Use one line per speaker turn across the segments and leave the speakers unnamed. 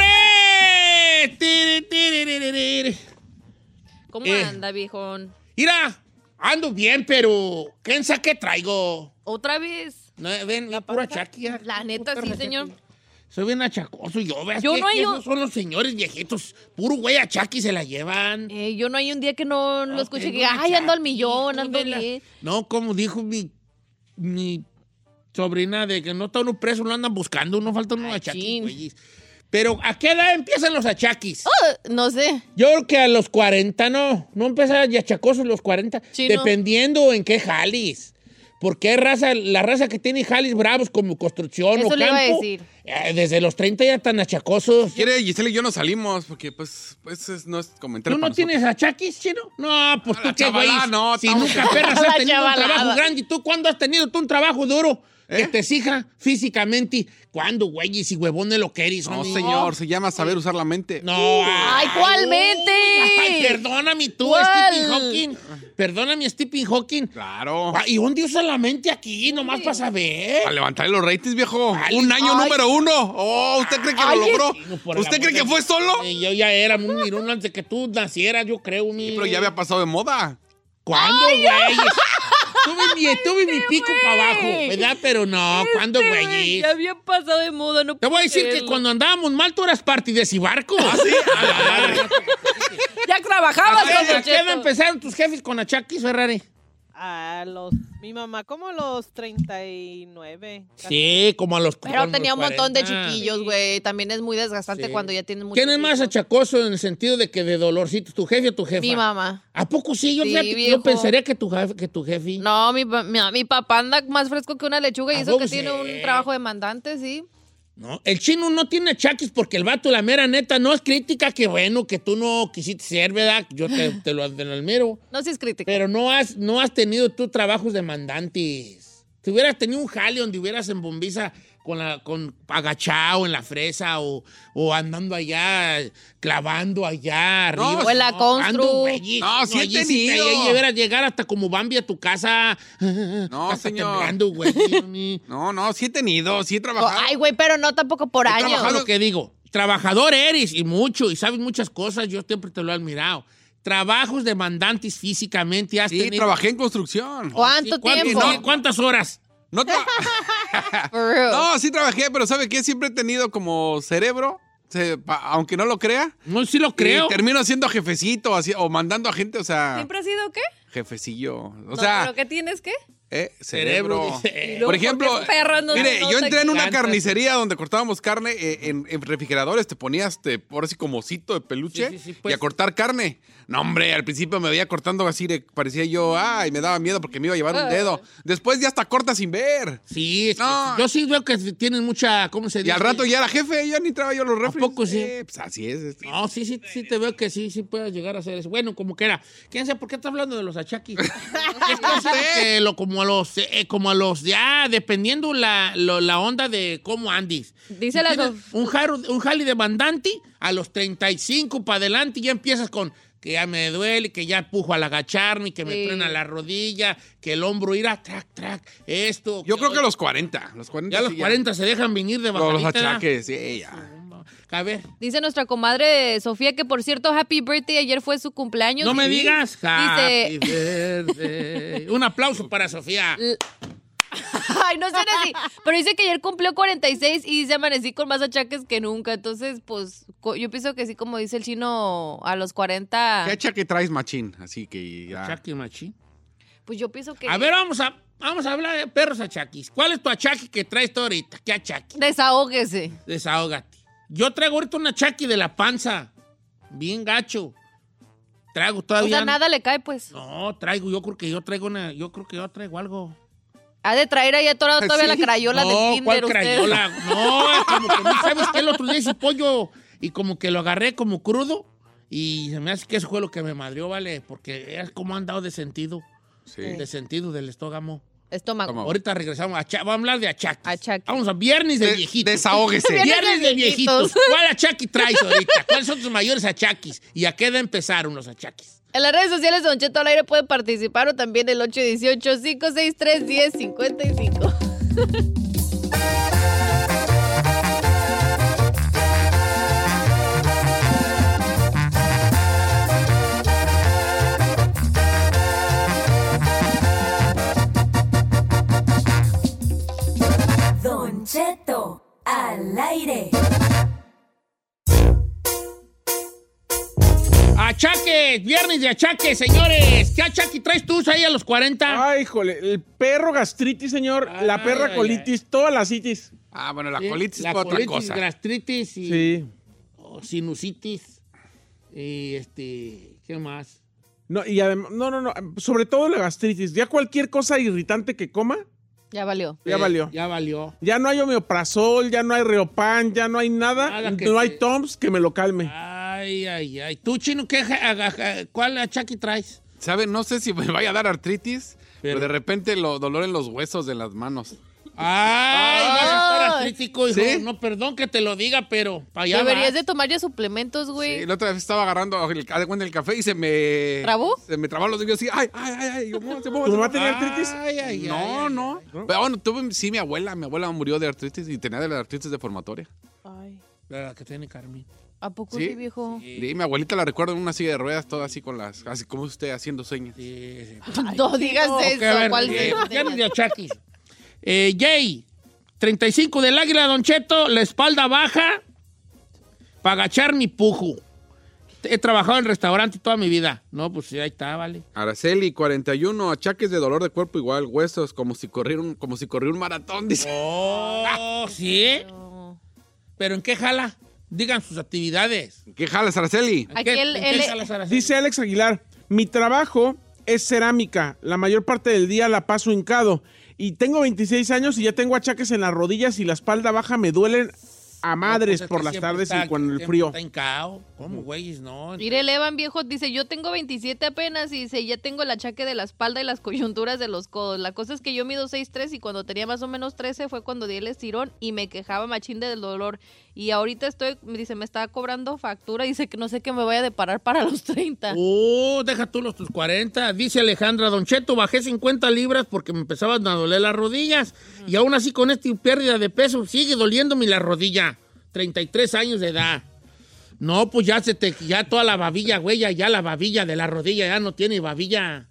¡Señores! Tiri, tiri, tiri, tiri.
¿Cómo
Eh.
anda, viejón?
Mira, ando bien, pero ¿quién sabe qué traigo?
¿Otra vez?
No, ven, la pura chaquia.
La neta, sí, señor.
Soy bien achacoso yo, veas
Yo
que-
no
que
hay
esos
un-
son los señores viejitos. Puro güey achaqui se la llevan. Ah,
Eh, yo no hay un día que no lo escuche
tengo
que,
una
ay, ando al
chaquita,
millón,
hijo
ando
de la-
bien.
No, como dijo mi, mi sobrina, de que no está uno preso, lo andan buscando, no falta uno achaquis,
chin.
güeyes. Pero, ¿a qué edad empiezan los achaquis?
Oh, no sé.
Yo creo que a los 40, no. No empiezan ya achacosos los 40.
Sí, no.
dependiendo en qué jalis. Porque hay raza, la raza que tiene jalis bravos como construcción
Eso
o
le iba a
campo,
decir.
eh, desde los 30 ya están achacosos.
Quiere Giselle y yo no salimos porque pues, pues es- no es comentario
¿Tú no
para nosotros.
tienes achaquis, chino? No, pues
A
tú
la
qué güey.
chavalá, no,
si
estamos-
nunca apenas
A
has
la
tenido
chavalada.
un trabajo grande. ¿Y tú cuándo has tenido tú un trabajo duro? Que
¿Eh?
te exija físicamente. ¿Cuándo, güey? Y si huevón de lo que eres,
No,
hombre.
señor, se llama saber usar la mente.
No.
Ay, ¿cuál mente?
Ay, perdóname tú,
¿Cuál?
Stephen Hawking. Perdóname, Stephen Hawking.
Claro.
Ah, ¿Y dónde usa la mente aquí? Nomás para saber.
Para levantar los ratings, viejo.
Ay,
Un año
ay.
número uno. Oh, ¿usted cree que
Ay,
lo logró?
Digo, por el
¿Usted
amor
cree que
de-
fue solo?
Eh, yo ya era un mirón antes de que tú nacieras, yo creo, mi.
Pero ya había pasado de moda.
¿Cuándo, güey? Tuve mi, tuve mi pico para abajo, ¿verdad? Pero no, ¿cuándo,
Este,
güey?
Ya había pasado de moda, no
Te voy a
puedo
decir que
creerlo.
cuando andábamos mal, tú eras partides y barcos.
Ah,
Así.
Ya trabajabas
¿A
con
qué- a
Don
qué edad
Cheto.
empezaron tus jefes con achaquis, Ferrari?
A los, mi mamá como los 39. casi.
Sí, como a los
Pero tenía un montón de
chiquillos.
chiquillos, güey. También es muy desgastante
Sí.
cuando ya tienes muchos
¿Quién es más
hijos.
achacoso en el sentido de que de dolorcito? ¿Tu jefe o tu jefa?
Mi mamá.
¿A poco sí? Yo,
Sí,
fíjate que yo
viejo.
pensaría que tu, jef- que tu jefe.
No, mi, pa- mi, mi papá anda más fresco que una lechuga
¿A
y eso que
poco
tiene
sí?
un trabajo demandante, sí.
No, El chino no tiene achaques porque el vato, la mera neta, no es crítica. Que bueno, que tú no quisiste ser, ¿verdad? Yo te, te lo te lo admiro.
No, si es crítica.
Pero no has, no has tenido tú trabajos demandantes. Si hubieras tenido un jale donde hubieras en bombiza con la con agachado en la fresa o, o andando allá, clavando allá
No,
arriba.
o en la constru.
ando, güey.
No, sí he
allí te-
tenido.
ahí hubieras llegar hasta como Bambi a tu casa.
No,
hasta
señor.
temblando, güey. Ni-
No, no, sí he tenido, sí he trabajado.
Ay, güey, pero no tampoco por
He
años.
Trabajado lo que digo. Trabajador eres y mucho, y sabes muchas cosas, yo siempre te lo he admirado. Trabajos demandantes físicamente has
sí,
tenido. Oh.
trabajé en construcción.
¿Cuánto
Sí, ¿cuánto-
tiempo?
no, ¿Cuántas horas?
No, tra-
For real.
no, sí trabajé, pero ¿sabe qué? Siempre he tenido como cerebro, se- pa- aunque no lo crea.
No, sí lo
y
creo.
termino siendo jefecito así, o mandando a gente, o sea,
Ah.
¿Siempre ha sido qué?
jefecillo. O
No,
sea,
¿Pero qué tienes qué?
eh,
Cerebro.
cerebro.
dice, eh.
Por ejemplo,
perras no-
mire,
no
yo
te
entré en una
encantan?
carnicería donde cortábamos carne eh, en, en refrigeradores, te ponías, te, por así como osito de peluche,
Sí, sí, sí, pues.
y a cortar carne. No, hombre, al principio me veía cortando así, de- parecía yo, ay, me daba miedo porque me iba a
Ah.
llevar un dedo. Después ya hasta corta sin ver.
Sí, es-
No.
yo sí veo que tienen mucha, ¿cómo se dice?
Y al rato ya era jefe, ya ni traba yo a los refres.
poco sí?
Eh, pues así es. este.
No, sí, sí, sí te veo que sí, sí puedes llegar a hacer eso. Bueno, como que era. ¿Quién sabe por qué está hablando de los achaques? es que siento que lo, como a los, eh, como a los, ya, dependiendo la, lo- la onda de cómo andes.
Dice la
Tienes un, jaro, un jali de mandante a los 35 para adelante ya empiezas con que ya me duele, que ya pujo al agacharme, que me
Sí.
truena la rodilla, que el hombro irá, track, track, esto.
Yo creo que a los 40. Los 40
Ya los
sí,
40 se dejan venir de
Los, los
bajadita, ¿verdad?
achaques, sí, ya.
A ver.
Dice nuestra comadre Sofía que, por cierto, happy birthday. Ayer fue su cumpleaños.
No me digas. Happy
Dice-
birthday. Un aplauso para Sofía.
Ay, no suena así. Pero dice que ayer cumplió 46 y dice amanecí con más achaques que nunca. Entonces, pues, co- yo pienso que sí, como dice el chino, a los 40.
¿Qué achaque traes, machín? Así que ya.
Achaque machín.
Pues yo pienso que.
A ver, vamos a, vamos a hablar de perros achaquis. ¿Cuál es tu achaque que traes tú ahorita? ¿Qué achaque?
Desahógese.
Desahógate. Yo traigo ahorita un achaque de la panza. Bien gacho. Traigo
O
todavía.
sea, nada le cae, pues.
No, traigo, yo creo que yo traigo una, yo creo que yo traigo algo.
Ha de traer ahí atorado todavía
Sí.
la crayola del
¿cuál
kinder. usted.
crayola? No, es como que no sabes que el otro día hice pollo y como que lo agarré como crudo y se me hace que eso fue lo que me madrió, vale, porque es como han dado de sentido,
Sí.
de sentido del estómago.
Estómago.
Vamos.
Ahorita regresamos a acha- vamos a hablar de achaques.
Achaques.
Vamos a viernes de,
De-
viejitos.
desahógese.
Viernes
Viernes de
de viejitos.
viejitos.
¿Cuál achaque traes ahorita? ¿Cuáles son tus mayores achaques? ¿Y a qué edad empezaron los achaques?
En las redes sociales de Don Cheto al aire pueden participar o también el 818-563-1055.
Don Cheto, al aire.
Achaques, viernes de achaques, señores. ¿Qué achaque traes tú ahí a los
Ah,
40?
Ay, Ah, híjole, el perro gastritis, señor,
Ay,
la
ay,
perra colitis, todas las citis.
Ah, bueno, la
Sí,
colitis
la
es otra
colitis,
cosa.
gastritis y
Sí.
o sinusitis. Y este, ¿qué más?
No, y además, no, no, no, sobre todo la gastritis. Ya cualquier cosa irritante que coma,
Ya valió.
ya
Eh,
valió.
Ya valió.
Ya no hay homeoprazol, ya no hay reopan, ya no hay nada,
Nada que
no
te- Ah,
hay toms que me lo calme.
Ay, ay, ay. ¿Tú, Chino, qué, ja- ja- ja- cuál achaque traes?
¿Sabe? No sé si me vaya a dar artritis, pero,
Pero-
de repente lo dolor en los huesos de las manos.
Ay, vas a estar
Ay.
artrítico, hijo.
¿Sí?
No, perdón que te lo diga, pero para allá
Deberías
vas.
de tomar ya suplementos,
Sí,
güey.
la otra vez estaba agarrando el, haz de cuenta, el café y se me.
¿Trabó?
Se me trabaron los dedos así. Ay, ay, ay, ay. Yo, ¿cómo se mueve? Ah,
¿Tu mamá tenía artritis?
Ay, ay,
No,
ay.
no. Pero bueno, tuve, sí, mi abuela. Mi abuela murió de artritis y tenía de la artritis deformatoria.
Ay.
La que tiene Carmen.
¿A poco
Sí.
sí, viejo?
Y mi abuelita la recuerdo en una silla de ruedas, toda así con las. Así como usted haciendo señas.
Sí, sí.
no digas eso.
Ok, a ver,
¿cuál
eh,
es?
viernes de achaques. Eh, Jay, 35 del águila, Don Cheto, la espalda baja para agachar mi pujo. He trabajado en restaurante toda mi vida. No, pues sí, ahí está, vale.
Araceli, 41. Achaques de dolor de cuerpo igual, huesos, como si corrieron, como si corrió un maratón. Dice.
Oh, sí. ¿Pero en qué jala? Digan sus actividades.
¿Qué jalas, Araceli?
¿En qué-
Aquí el-
en qué
el-
jala, Saraceli?
Dice Alex Aguilar, mi trabajo es cerámica. La mayor parte del día la paso hincado. Y tengo 26 años y ya tengo achaques en las rodillas y la espalda baja me duelen a madres
No, pues, es
por
que
las
siempre
tardes
está-
y cuando el
siempre
frío.
Está hincao. ¿Cómo, güeyes? No.
Mire, Levan, viejo, dice, yo tengo 27 apenas y dice, ya tengo el achaque de la espalda y las coyunturas de los codos. La cosa es que yo mido 6'3 y cuando tenía más o menos 13 fue cuando di el estirón y me quejaba machín del dolor. Y ahorita estoy, me dice, me está cobrando factura y dice que no sé qué me vaya a deparar para los 30.
Oh, deja tú los tus 40. Dice Alejandra, Don Cheto, bajé 50 libras porque me empezaban a doler las rodillas. Y aún así, con esta pérdida de peso, sigue doliéndome la rodilla. 33 años de edad. No, pues ya se te, ya toda la babilla, güey, ya, ya la babilla de la rodilla ya no tiene babilla.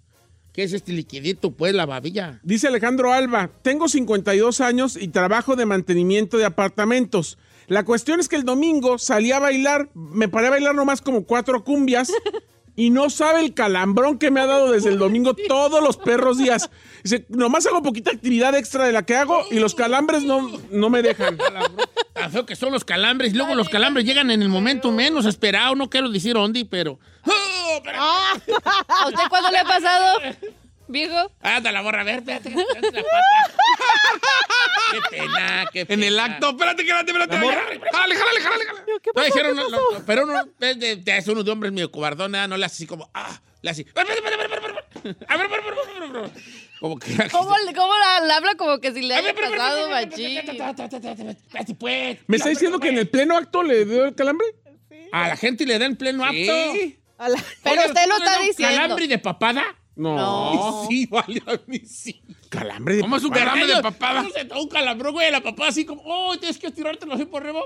¿Qué es este liquidito, pues, la babilla?
Dice Alejandro Alba, tengo 52 años y trabajo de mantenimiento de apartamentos. La cuestión es que el domingo salí a bailar, me paré a bailar nomás como cuatro cumbias Y no sabe el calambrón que me ha dado desde el domingo todos los perros días. Dice, nomás hago poquita actividad extra de la que hago y los calambres no, no me dejan.
Tan Ah, feo que son los calambres. Y luego los calambres llegan en el momento menos esperado. No quiero decir ondi, pero. ¡Oh! pero-
¿A usted cuándo le ha pasado, viejo?
Anda la borra, a ver, espérate. que te canse la pata. qué pena, qué pena.
En el acto. Espérate, espérate, espérate. Jálale, jálale, jálale, jálale.
No, dijeron, no, no, pero uno es, de, de- es uno de hombres medio cobardona, no le hace así como, ah, le hace. "Espera, espera, espera, espera, espera". A ver, espera, espera, espera, espera, espera. Como que.
¿Cómo, le- cómo la, la habla como que si le
A ver,
haya
espera, espera,
pasado,
espera, espera,
machín?
espera, espera, espera, espera, espera, espera, pues.
¿Me está diciendo que en el pleno acto le dio el calambre?
A la gente le dan pleno apto.
Sí.
A la-
Pero
Oye,
usted lo
¿tú le
está
das
diciendo.
¿Calambre de papada?
No.
Sí, vale, a mí sí.
Calambre de
¿Cómo es un
papada.
calambre de papada?
Eso se da Un calambrón, güey, la papada así como, oh, tienes que estirártelo así por remo.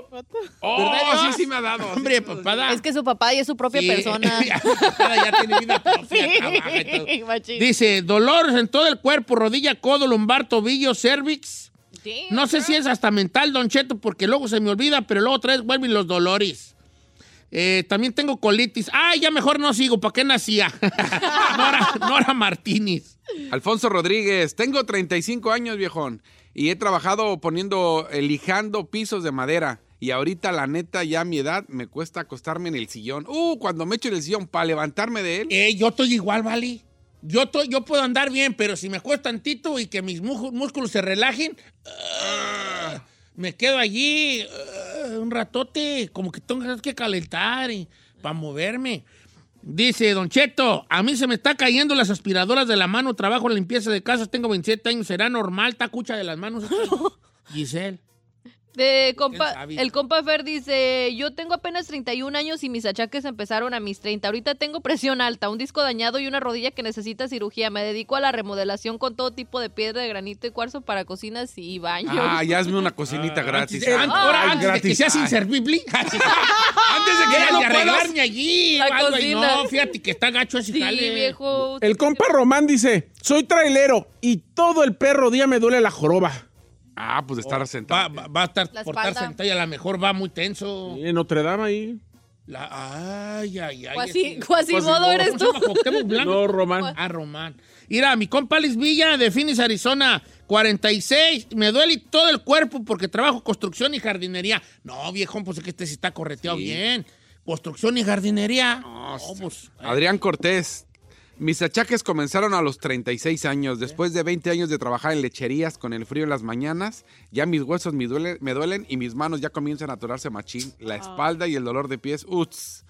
Oh, sí, sí me ha dado.
Calambre de papada.
Es que su papá y es su propia
Sí.
persona.
Ya, ya tiene vida propia, trabaja y todo.
Sí, machín.
Dice, dolores en todo el cuerpo, rodilla, codo, lumbar, tobillo, cervix.
Damn,
No sé si es hasta mental, Don Cheto, porque luego se me olvida, pero luego tres vuelven los dolores. Eh, también tengo colitis. Ay, ya mejor no sigo, ¿para qué nacía? Nora, Nora Martínez.
Alfonso Rodríguez, tengo 35 años, viejón, y he trabajado poniendo, eh, lijando pisos de madera. Y ahorita, la neta, ya a mi edad, me cuesta acostarme en el sillón. Uh, cuando me echo en el sillón, para levantarme de él.
Eh, yo estoy igual, ¿vale? Yo, to- yo puedo andar bien, pero si me cuesta tantito y que mis muj- músculos se relajen, ah, me quedo allí ah, un ratote, como que tengo que calentar para moverme. Dice Don Cheto, a mí se me está cayendo las aspiradoras de la mano, trabajo en limpieza de casas, tengo 27 años, ¿será normal tacucha de las manos? Giselle.
De
¿Quién
compa,
sabe?
el compa Fer dice, yo tengo apenas 31 años y mis achaques empezaron a mis 30. Ahorita tengo presión alta, un disco dañado y una rodilla que necesita cirugía. Me dedico a la remodelación con todo tipo de piedra, de granito y cuarzo para cocinas y baños.
Ah, ya hazme una cocinita gratis.
Antes- an- ahora,
Ay,
antes de que
gratis.
seas
Ay.
inservible.
Antes de que
Mira,
ya no
de
puedas.
arreglarme allí.
La
o algo, y
cocina.
no, fíjate que está gacho ese
sí,
jale.
viejo.
El compa Román dice, soy trailero y todo el perro día me duele la joroba.
Ah, pues de estar sentado.
Va, va- va a estar
La
por estar
espalda.
sentado y a lo mejor va muy tenso.
En Notre Dame ahí.
La- ay, ay, ay.
Cuasi,
este-
cuasimodo pues eres tú.
¿Cómo se llama? Cuauhtémoc Blanco.
No, Román.
Ah, Román. Mira, mi compa Alex Villa de Phoenix, Arizona, 46. Me duele todo el cuerpo porque trabajo construcción y jardinería. No, viejo, pues es que este sí está correteado
Sí.
bien. Construcción y jardinería. No, pues, eh,
Adrián Cortés. Mis achaques comenzaron a los 36 años. Después de 20 años de trabajar en lecherías con el frío en las mañanas, ya mis huesos me, duele- me duelen y mis manos ya comienzan a atorarse machín. La espalda y el dolor de pies. Uts.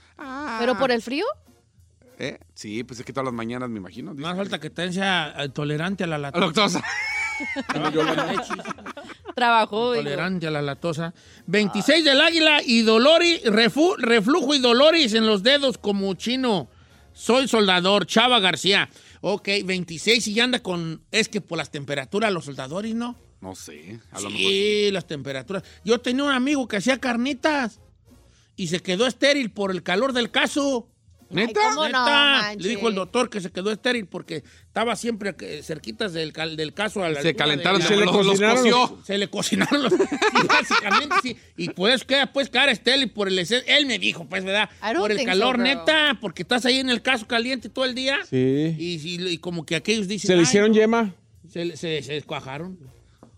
¿Pero por el frío?
¿Eh? Sí, pues es que todas las mañanas me imagino. dice.
más falta que te sea eh, tolerante a la
A
lactosa.
Lactosa.
Trabajó. digo.
Tolerante a la lactosa. 26 del águila y dolores, refu- reflujo y dolores en los dedos como chino. Soy soldador, Chava García. Ok, 26 y ya anda con... Es que por las temperaturas los soldadores, ¿no?
No sé. A lo mejor.
sí, las temperaturas. Yo tenía un amigo que hacía carnitas y se quedó estéril por el calor del caso.
¿Neta?
¿cómo? no,
Neta,
manche.
le dijo el doctor que se quedó estéril porque estaba siempre eh, cerquitas del, cal- del caso. A la altura
Se
de-
calentaron.
Se le
los- los
cocinaron.
coció.
se le cocinaron los. sí, básicamente, sí. Y pues queda pues cara estéril por el exceso. Él me dijo, pues, ¿verdad?
I don't
Por el
think
calor,
so, bro.
neta, porque estás ahí en el caso caliente todo el día.
Sí.
Y, y- y como que aquellos dicen.
Se le
"Ay,
hicieron yema.
Se, le- se, se descuajaron,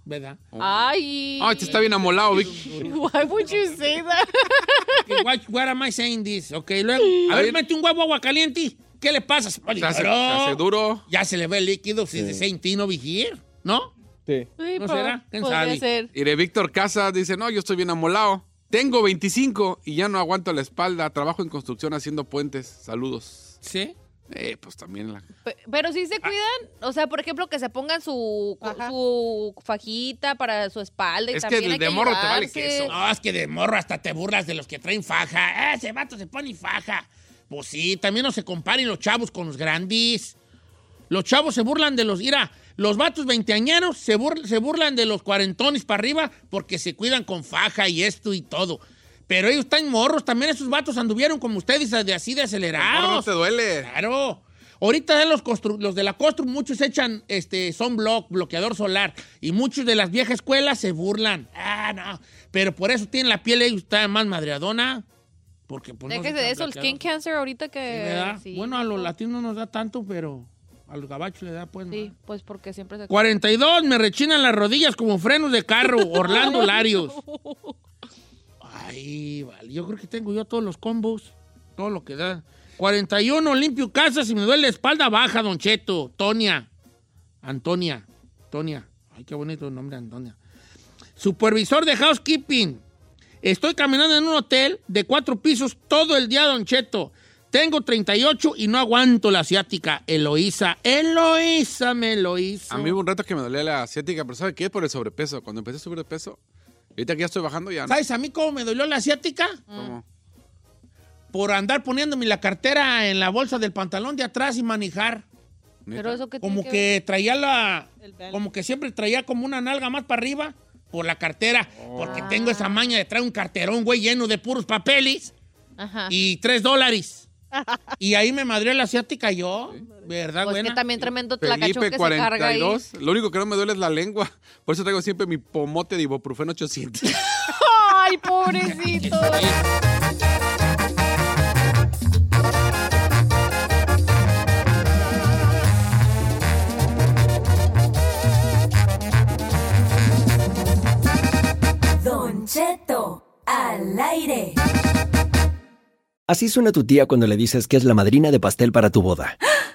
¿verdad?
Ay.
Ay, te está bien amolado, Vic.
Why would you say that?
Okay, what, what am I saying this? Ok, luego. A ver, mete un huevo agua caliente. ¿Qué le pasa? Se,
Se hace, se hace duro.
Ya se le ve el líquido, si es de Saintino Vigir, ¿no?
Sí.
Sí,
¿No
po-
será? ¿Quién
podría
sabe?
ser.
Y de Víctor Casas dice, no, yo estoy bien amolado. Tengo 25 y ya no aguanto la espalda. Trabajo en construcción haciendo puentes. Saludos.
Sí.
Eh, pues también la...
Pe- Pero sí
Ah.
se cuidan, o sea, por ejemplo, que se pongan su, cu-
Ajá.
su fajita para su espalda y
Es que
también
de- de
hay
morro te vale
ayudarse.
queso.
No, es que de morro hasta te burlas de los que traen faja. ¡Eh, ese vato se pone faja. Pues sí, también no se comparen los chavos con los grandes. Los chavos se burlan de los. Mira, los vatos veinteañeros se, bur- se burlan de los cuarentones para arriba porque se cuidan con faja y esto y todo. Pero ellos están morros. También esos vatos anduvieron como ustedes de así de
Amor, no
acelerados.
te duele.
Claro. Ahorita los, constru- los de la Constru, muchos echan este, sunblock, bloqueador solar, y muchos de las viejas escuelas se burlan. Ah, no. Pero por eso tienen la piel ellos está más madreadona. Porque, pues, no sé
Déjese de
tan
eso, el
plateados.
skin cancer ahorita
Sí,
que...
¿verdad?
sí,
Bueno, a los latinos nos da tanto, pero a los gabachos le da pues
Sí,
más.
pues porque siempre se...
42, me rechinan las rodillas como frenos de carro, Orlando Larios. Ay, vale, yo creo que tengo yo todos los combos, todo lo que da. 41, limpio casas y me duele la espalda baja, Don Cheto, Tonia, Antonia, Tonia. Ay, qué bonito nombre, Antonia. Supervisor de housekeeping. Estoy caminando en un hotel de cuatro pisos todo el día, Don Cheto. Tengo 38 y no aguanto la asiática. Eloísa, Eloísa me lo hizo.
A mí hubo un rato que me dolía la asiática, pero ¿sabe qué? Por el sobrepeso. Cuando empecé a subir de peso, ahorita que ya estoy bajando, ya Ah, no.
¿Sabes a mí cómo me dolió la asiática?
¿Cómo?
Por andar poniéndome la cartera en la bolsa del pantalón de atrás y manejar.
Neta.
Pero eso que tiene
Como
ver-
que traía la...
El bel-
Como que siempre traía como una nalga más para arriba por la cartera. Porque
Oh.
tengo esa maña de traer un carterón, güey, lleno de puros papeles
Ajá.
y tres dólares. y ahí me madrió la asiática yo, ¿verdad,
Pues
güey?
que también tremendo tlacachón
Felipe
que se carga ahí.
42. Lo único que no me duele es la lengua. Por eso traigo siempre mi pomote de ibuprofeno 800.
Ay, pobrecito.
Don Cheto al aire.
Así suena tu tía cuando le dices que es la madrina de pastel para tu boda.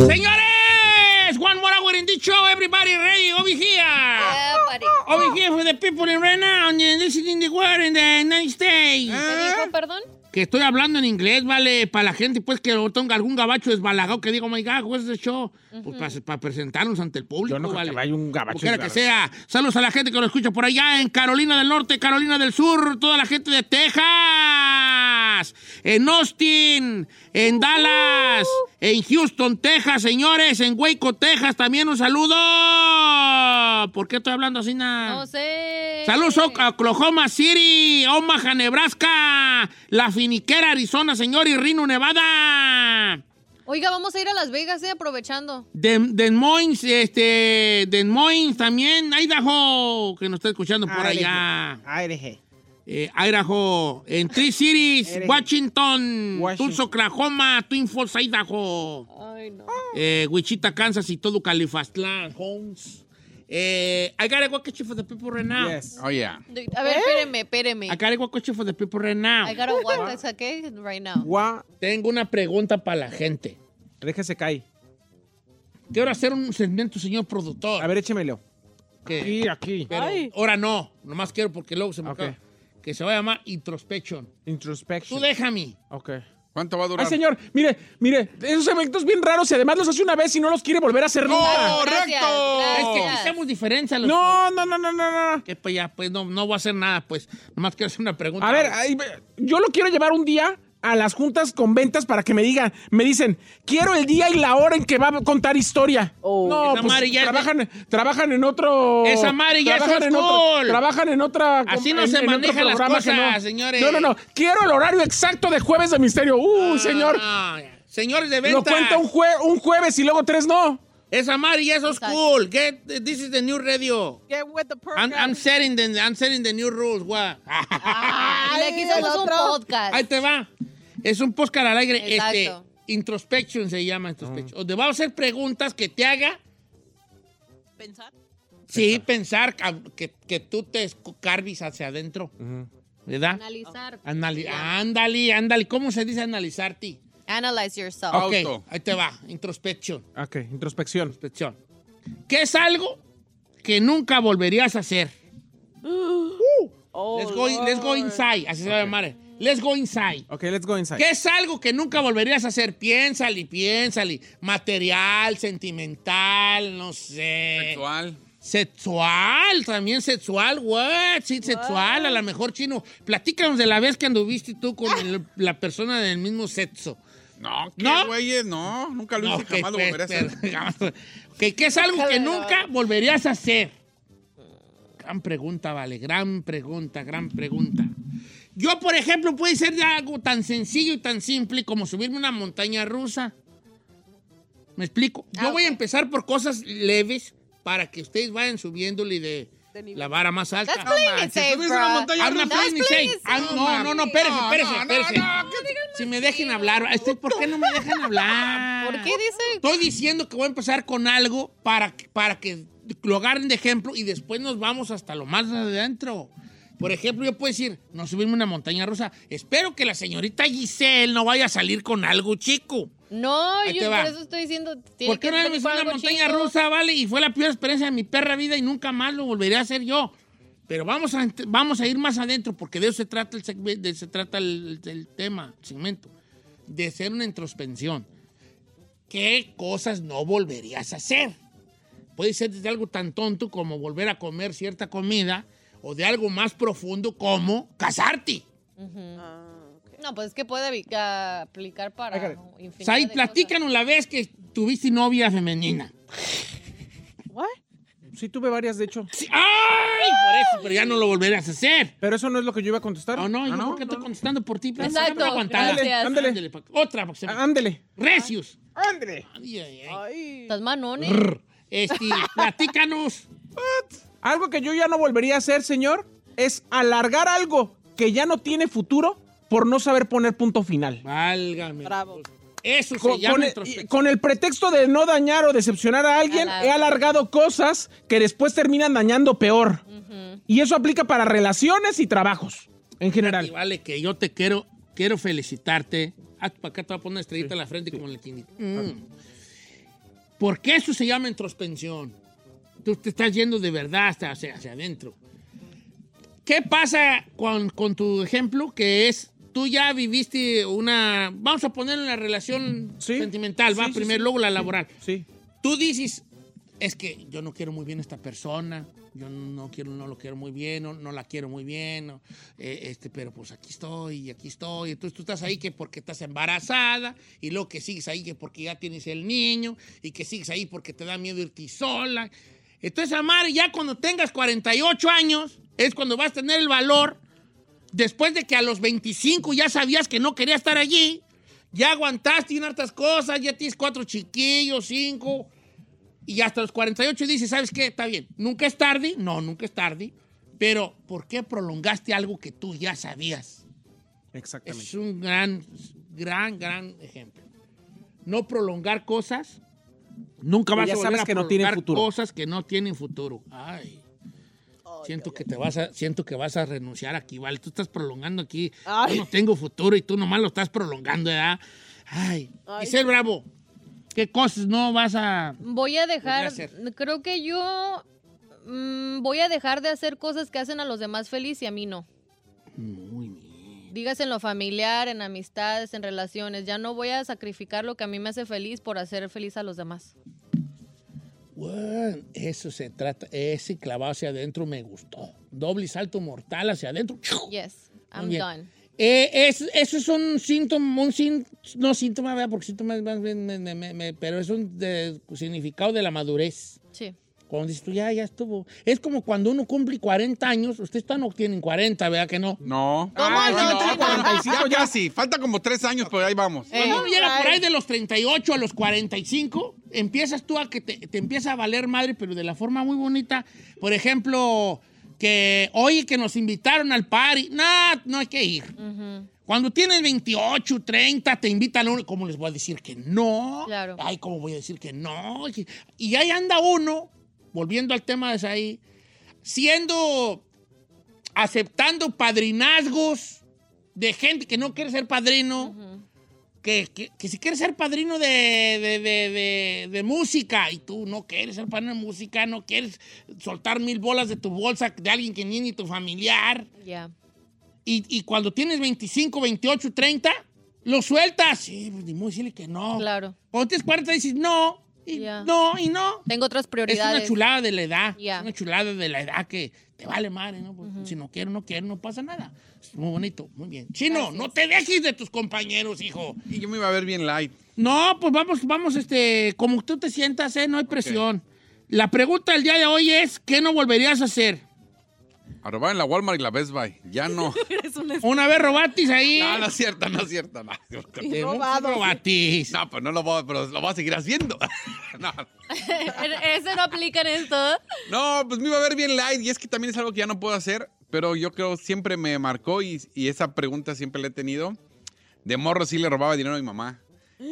¡Señores! One more hour in this show, everybody ready over here.
Ah, pare-
Over here for the people in right now and listening the world in the United States.
Ah.
¿Qué dijo, perdón?
Que estoy hablando en inglés, ¿vale? Para la gente, pues, que tenga algún gabacho desbalagado que diga, oh my God, what's the show? Pues para presentarnos ante el público,
Yo no creo
¿vale?
que vaya un gabacho.
Como quiera que
desbarra-
sea. Saludos a la gente que lo escucha por allá en Carolina del Norte, Carolina del Sur, toda la gente de Texas, en Austin, en Dallas, en Houston, Texas, señores, en Waco, Texas, también un saludo. ¿Por qué estoy hablando así, nada?
No sé.
Saludos a Oklahoma City, Omaha, Nebraska, La Finiquera, Arizona, señor, y Reno, Nevada.
Oiga, vamos a ir a Las Vegas, eh, aprovechando.
De- Des Moines, este, Des Moines también, Idaho, que nos está escuchando por
Idaho.
allá.
Aire, je.
Eh, Idaho, en Three Cities,
Idaho.
Washington,
Washington.
Tulsa, Oklahoma, Twin Falls, Idaho,
Ay, no.
eh, Wichita, Kansas y todo Califastlán, Holmes. Eh, I got a question for the people right now.
Yes.
Oh, yeah.
A
¿Eh?
ver, espéreme, espéreme.
I got a question for the people right now.
I gotta walk this, okay? Right now.
Gua.
Tengo una pregunta para la gente.
Déjese caer.
Quiero hacer un segmento, señor productor.
A ver, échemelo.
que-
Aquí, aquí.
pero
Ay.
ahora no, nomás quiero porque luego se me
Ok.
acaba. Que se va a llamar Introspection. Tú
Introspection.
déjame.
Ok.
¿Cuánto va a durar?
Ay, señor, mire, mire, esos eventos bien raros y además los hace una vez y no los quiere volver a hacer nunca.
Gracias,
¡Correcto!
Es que
gracias.
aquí hacemos diferencia. Los
No, no, no, no, no, no.
Que pues ya, pues no, no voy a hacer nada, pues. Nomás quiero hacer una pregunta.
A ver, ay, ve- yo lo quiero llevar un día a las juntas con ventas para que me digan, me dicen, quiero el día y la hora en que va a contar historia. No,
Oh, Esa
pues,
madre ya es de-
trabajan, trabajan en otro...
Esa madre ya es
trabajan en
old
otro-
school.
Trabajan en otra...
Así no
en-
se
en otro
manejan las
programa que
cosas, señores.
No, no, no. Quiero el horario exacto de Jueves de Misterio. ¡Uh, señor!
No, ya. Ah, Señores de
Lo
ventas.
cuenta un, jue- un jueves y luego tres no.
Esa madre ya es old school. Get, this is the new radio.
Get with the
I'm, I'm setting the, I'm setting the new rules. What? Ah,
Le quisimos un podcast.
Ahí te va. Es un podcast al aire. Este,
Exacto.
introspection se llama
Mm.
introspection. Donde va a hacer preguntas que te haga,
Pensar.
sí, pensar ca- que, que tú te escarbies hacia adentro. ¿Verdad?
Analizar.
Anali- ándale, ándale. ¿Cómo se dice analizarte?
Analyze yourself.
Ok,
Auto.
ahí te va. Introspection.
Ok, introspección.
Introspección. ¿Qué es algo que nunca volverías a hacer? Uh,
Oh,
let's, go, let's go inside. Así se va a llamar. Let's go inside.
Ok, let's go inside.
¿Qué es algo que nunca volverías a hacer? Piénsale, piénsale. Material, sentimental, no sé.
Sexual.
Sexual, también sexual, what? Sí, sexual, a lo mejor chino. Platícanos de la vez que anduviste tú con el- la persona del mismo sexo.
No, ¿qué,
¿No?
güeyes? No, nunca lo
No,
hice, jamás lo
que-
volveré a hacer.
pero- jamás. Que- que es algo que nunca volverías a hacer? Gran pregunta, vale, gran pregunta, gran pregunta. Yo, por ejemplo, puede ser de algo tan sencillo y tan simple como subirme a una montaña rusa. ¿Me explico? Yo voy a empezar por cosas leves para que ustedes vayan subiéndole de,
De nivel.
la vara más alta.
That's plain and
Si
safe,
subirse a una
bruh.
montaña
I'm not
rusa-
playing it
playing
safe.
it
Ah,
safe.
no, no, no, espérese,
No,
espérese,
no,
espérese.
no,
Si me dejen hablar, este, ¿por qué no me dejan hablar?
¿Por qué dice?
Estoy diciendo que voy a empezar con algo para, que- para que lo agarren de ejemplo y después nos vamos hasta lo más adentro. Por ejemplo, yo puedo decir, no subirme a una montaña rusa. Espero que la señorita Giselle no vaya a salir con algo chico.
No,
Ahí te
yo
va.
por eso estoy diciendo. tiene que
Porque una vez
ser
me subí a una
algo
montaña
chido.
rusa, ¿vale? Y fue la peor experiencia de mi perra vida y nunca más lo volveré a hacer yo. Pero vamos a, ent- vamos a ir más adentro, porque de eso se trata el, segme- de eso se trata el, el tema, el segmento. De ser una introspección. ¿Qué cosas no volverías a hacer? Puede ser desde algo tan tonto como volver a comer cierta comida o de algo más profundo como casarte.
No, pues es que puede aplica- aplicar para
O
infinidad
sea, ahí
de cosas.
platícanos la vez que tuviste novia femenina.
What?
Sí tuve varias, de hecho.
Sí, ¡Ay! Por eso, pero ya no lo volverás a hacer.
Pero eso no es lo que yo iba a contestar.
Ah,
Ah,
No, no, yo
no,
creo que estoy contestando por ti, pero
Exacto,
no me aguantaba.
gracias.
Ándale,
Ándale, pa- Otra, porque se me-
Ah, Ándele.
Recios.
Ándele.
Ay, ay, ay.
Ay.
Estás manones.
Este, platícanos.
Algo que yo ya no volvería a hacer, señor, es alargar algo que ya no tiene futuro por no saber poner punto final.
Ah, Válgame.
Bravo.
Eso
Con,
se llama
con el,
introspección.
con el pretexto de no dañar o decepcionar a alguien,
Alarga.
he alargado cosas que después terminan dañando peor. Y eso aplica para relaciones y trabajos, en
Y
general.
vale, que yo te quiero, quiero felicitarte. Ah, para acá te voy a poner una estrellita en la frente como en el Ah, quinito.
Mm.
Porque eso se llama introspección. Tú te estás yendo de verdad hasta hacia, hacia adentro. ¿Qué pasa con, con tu ejemplo? Que es, tú ya viviste una, vamos a poner una relación
Sí.
sentimental, va
Sí, sí,
primero,
sí.
luego la
Sí,
laboral.
Sí.
Tú dices, es que yo no quiero muy bien a esta persona, yo no quiero, no lo quiero muy bien, no, no la quiero muy bien, no, eh, este, pero pues aquí estoy, y aquí estoy. Entonces tú estás ahí que porque estás embarazada, y luego que sigues ahí que porque ya tienes el niño, y que sigues ahí porque te da miedo irte sola. Entonces, Amar, ya cuando tengas 48 años, es cuando vas a tener el valor, después de que a los 25 ya sabías que no quería estar allí, ya aguantaste en hartas cosas, ya tienes cuatro chiquillos, cinco, y hasta los 48 dices, ¿sabes qué? Está bien, nunca es tarde, no, nunca es tarde, pero ¿por qué prolongaste algo que tú ya sabías?
Exactamente.
Es un gran, gran, gran ejemplo. No prolongar cosas, nunca
Que
vas
ya
a volver
sabes
a
que no tienen
prolongar
futuro.
cosas que no tienen futuro. Ay. Siento que te vas a, siento que vas a renunciar aquí, ¿vale? Tú estás prolongando aquí.
Ay.
Yo no tengo futuro y tú nomás lo estás prolongando, ¿verdad? Ay.
Ay.
Y ser bravo. ¿Qué cosas no vas a.
Voy a dejar,
Podría
creo que yo mm, voy a dejar de hacer cosas que hacen a los demás feliz y a mí no.
Muy bien.
Dígase en lo familiar, en amistades, en relaciones. Ya no voy a sacrificar lo que a mí me hace feliz por hacer feliz a los demás.
Bueno, eso se trata. Ese clavado hacia adentro me gustó. Doble salto mortal hacia adentro.
Yes,
Muy
I'm
bien.
done.
Eh, es, eso es un síntoma, un sín- no síntoma, ¿verdad? porque síntoma es más bien, me- me- me- me- pero es un de- significado de la madurez.
Sí.
Cuando dices tú, ya, ya estuvo. Es como cuando uno cumple 40 años, ustedes todavía no tienen 40, ¿verdad que no?
No.
Ah,
Bueno,
no,
ya 45 ya Eh. sí. Falta como tres años, pero ahí vamos.
Cuando uno llega por ahí de los 38 a los 45, empiezas tú a que te, te empieza a valer madre, pero de la forma muy bonita. Por ejemplo, que oye que nos invitaron al party. No, no hay que ir. Cuando tienes 28, 30, te invitan a uno. ¿Cómo les voy a decir que no?
Claro.
Ay, ¿cómo voy a decir que no? Y- Y ahí anda uno, volviendo al tema de ahí, siendo, aceptando padrinazgos de gente que no quiere ser padrino, que, que- que si quiere ser padrino de, de- de- de- de música y tú no quieres ser padrino de música, no quieres soltar mil bolas de tu bolsa de alguien que ni es ni tu familiar.
Ya.
Y, y cuando tienes 25, 28, 30, lo sueltas. Sí, pues ni modo de decirle que no.
Claro.
Cuando tienes 40 dices no, y
Ya.
no, y no.
Tengo otras
Es
prioridades.
una chulada de la edad.
Ya.
Es una chulada de la edad que te vale madre, ¿no? Pues, Si no quiero, no quiero, no pasa nada. Es muy bonito, muy bien. Chino, no te dejes de tus compañeros, hijo.
Y yo me iba a ver bien light.
No, pues vamos, vamos, este, como tú te sientas, ¿eh? No hay presión. La pregunta del día de hoy es, ¿qué no volverías a hacer?
A robar en la Walmart y la Best Buy. Ya no.
Una vez robatis ahí.
No, no es cierto, no es cierto. No,
Te
robado.
robatis.
No, pues no lo voy, a- pero lo voy a seguir haciendo. No,
Eso no aplica en esto.
no, pues me iba a ver bien light. Y es que también es algo que ya no puedo hacer. Pero yo creo siempre me marcó y, y esa pregunta siempre la he tenido. De morro sí le robaba dinero a mi mamá.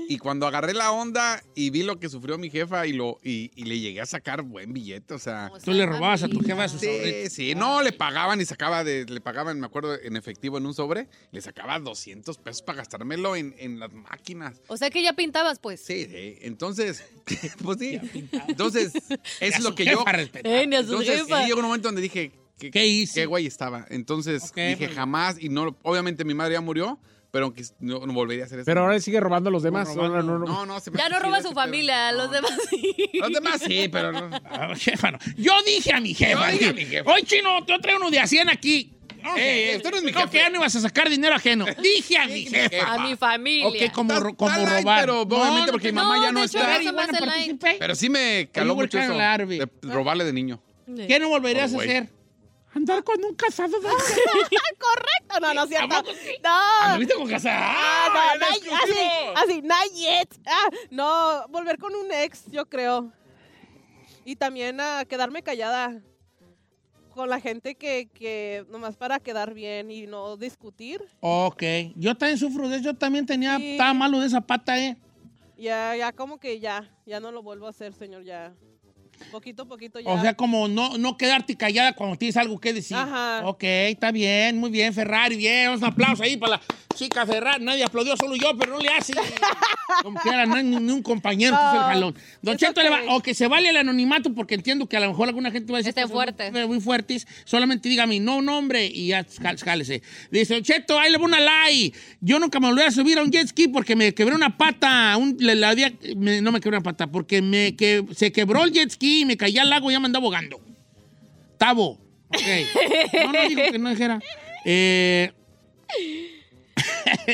Y cuando agarré la onda y vi lo que sufrió mi jefa y, lo, y, y le llegué a sacar buen billete, o sea...
Tú le robabas a tu jefa sus
Sí,
ahorritos.
sí, no, le pagaban y sacaba de, le pagaban, me acuerdo, en efectivo en un sobre, le sacaba 200 pesos para gastármelo en, en las máquinas.
O sea que ya pintabas, pues.
Sí, sí, entonces, pues sí, entonces
Y a
es
su
lo que yo...
jefa respetar.
Eh, ni a sus
Entonces, sí,
jefas.
llegó un momento donde dije, ¿qué,
¿Qué hice?
qué güey estaba? Entonces
Ok,
dije,
pues.
jamás, y no, obviamente mi madre ya murió, pero que no, no volvería a hacer eso.
Pero ahora sigue robando a los demás.
Robando.
Ahora no- no-
No, no, se me
Ya
hace
no
chido
roba a
ese
su
pedo.
familia, los
No.
demás sí.
Los demás sí, pero no.
Ah, jefa, no. Yo dije a mi jefa.
Yo dije a mi jefa.
Hoy, chino, te traigo uno de a 100 aquí. No,
Ey,
sé,
usted no es mi
creo
jefe.
que ya no ibas a sacar dinero ajeno. Dije a mi jefa.
A mi familia.
Ok, como,
Está-
ro-
está
como
light,
robar.
pero obviamente porque mi mamá ya no
de hecho,
está.
eso me hace light.
Pero sí me
Oye,
caló
güey,
mucho eso.
claro, güey.
De robarle de niño.
¿Qué no volverías
Oh,
a
güey.
hacer? Andar con un casado. ¿verdad?
Correcto. No, no es cierto.
¿Tampoco sí?
No.
¿Anduviste con casado?
Ah,
¡Ah,
no, no, así, así, not yet. Ah, no, volver con un ex, yo creo. Y también a quedarme callada con la gente que, que nomás para quedar bien y no discutir.
Ok. Yo también sufro de eso. Yo también tenía...
Sí.
Estaba malo de esa pata, ¿eh?
Ya, ya como que ya, ya no lo vuelvo a hacer, señor, ya. Poquito a poquito ya.
O sea, como no, no quedarte callada cuando tienes algo que decir.
Ajá.
Ok, está bien, muy bien, Ferrari, bien. Vamos, Un aplauso ahí para la chica Ferrari. Nadie aplaudió, solo yo, pero no le hace. como que era, no hay ni- ni un compañero que hizo el
No,
jalón. Don
eso
Cheto, le va-
que-
o que se vale el anonimato, porque entiendo que a lo mejor alguna gente va a decir...
Estén
que son muy-
fuertes.
Muy fuertes. Solamente dígame, no nombre, y ya, jál- jálese. Dice, Don Cheto, ahí le va una lie. Yo nunca me volví a subir a un jet ski porque me quebré una pata. un- le- la había- me- no me quebré una pata, porque me que, se quebró el jet ski y me caí al lago y ya me andaba ahogando. Tavo. Ok. No, no dijo que no dijera. Eh,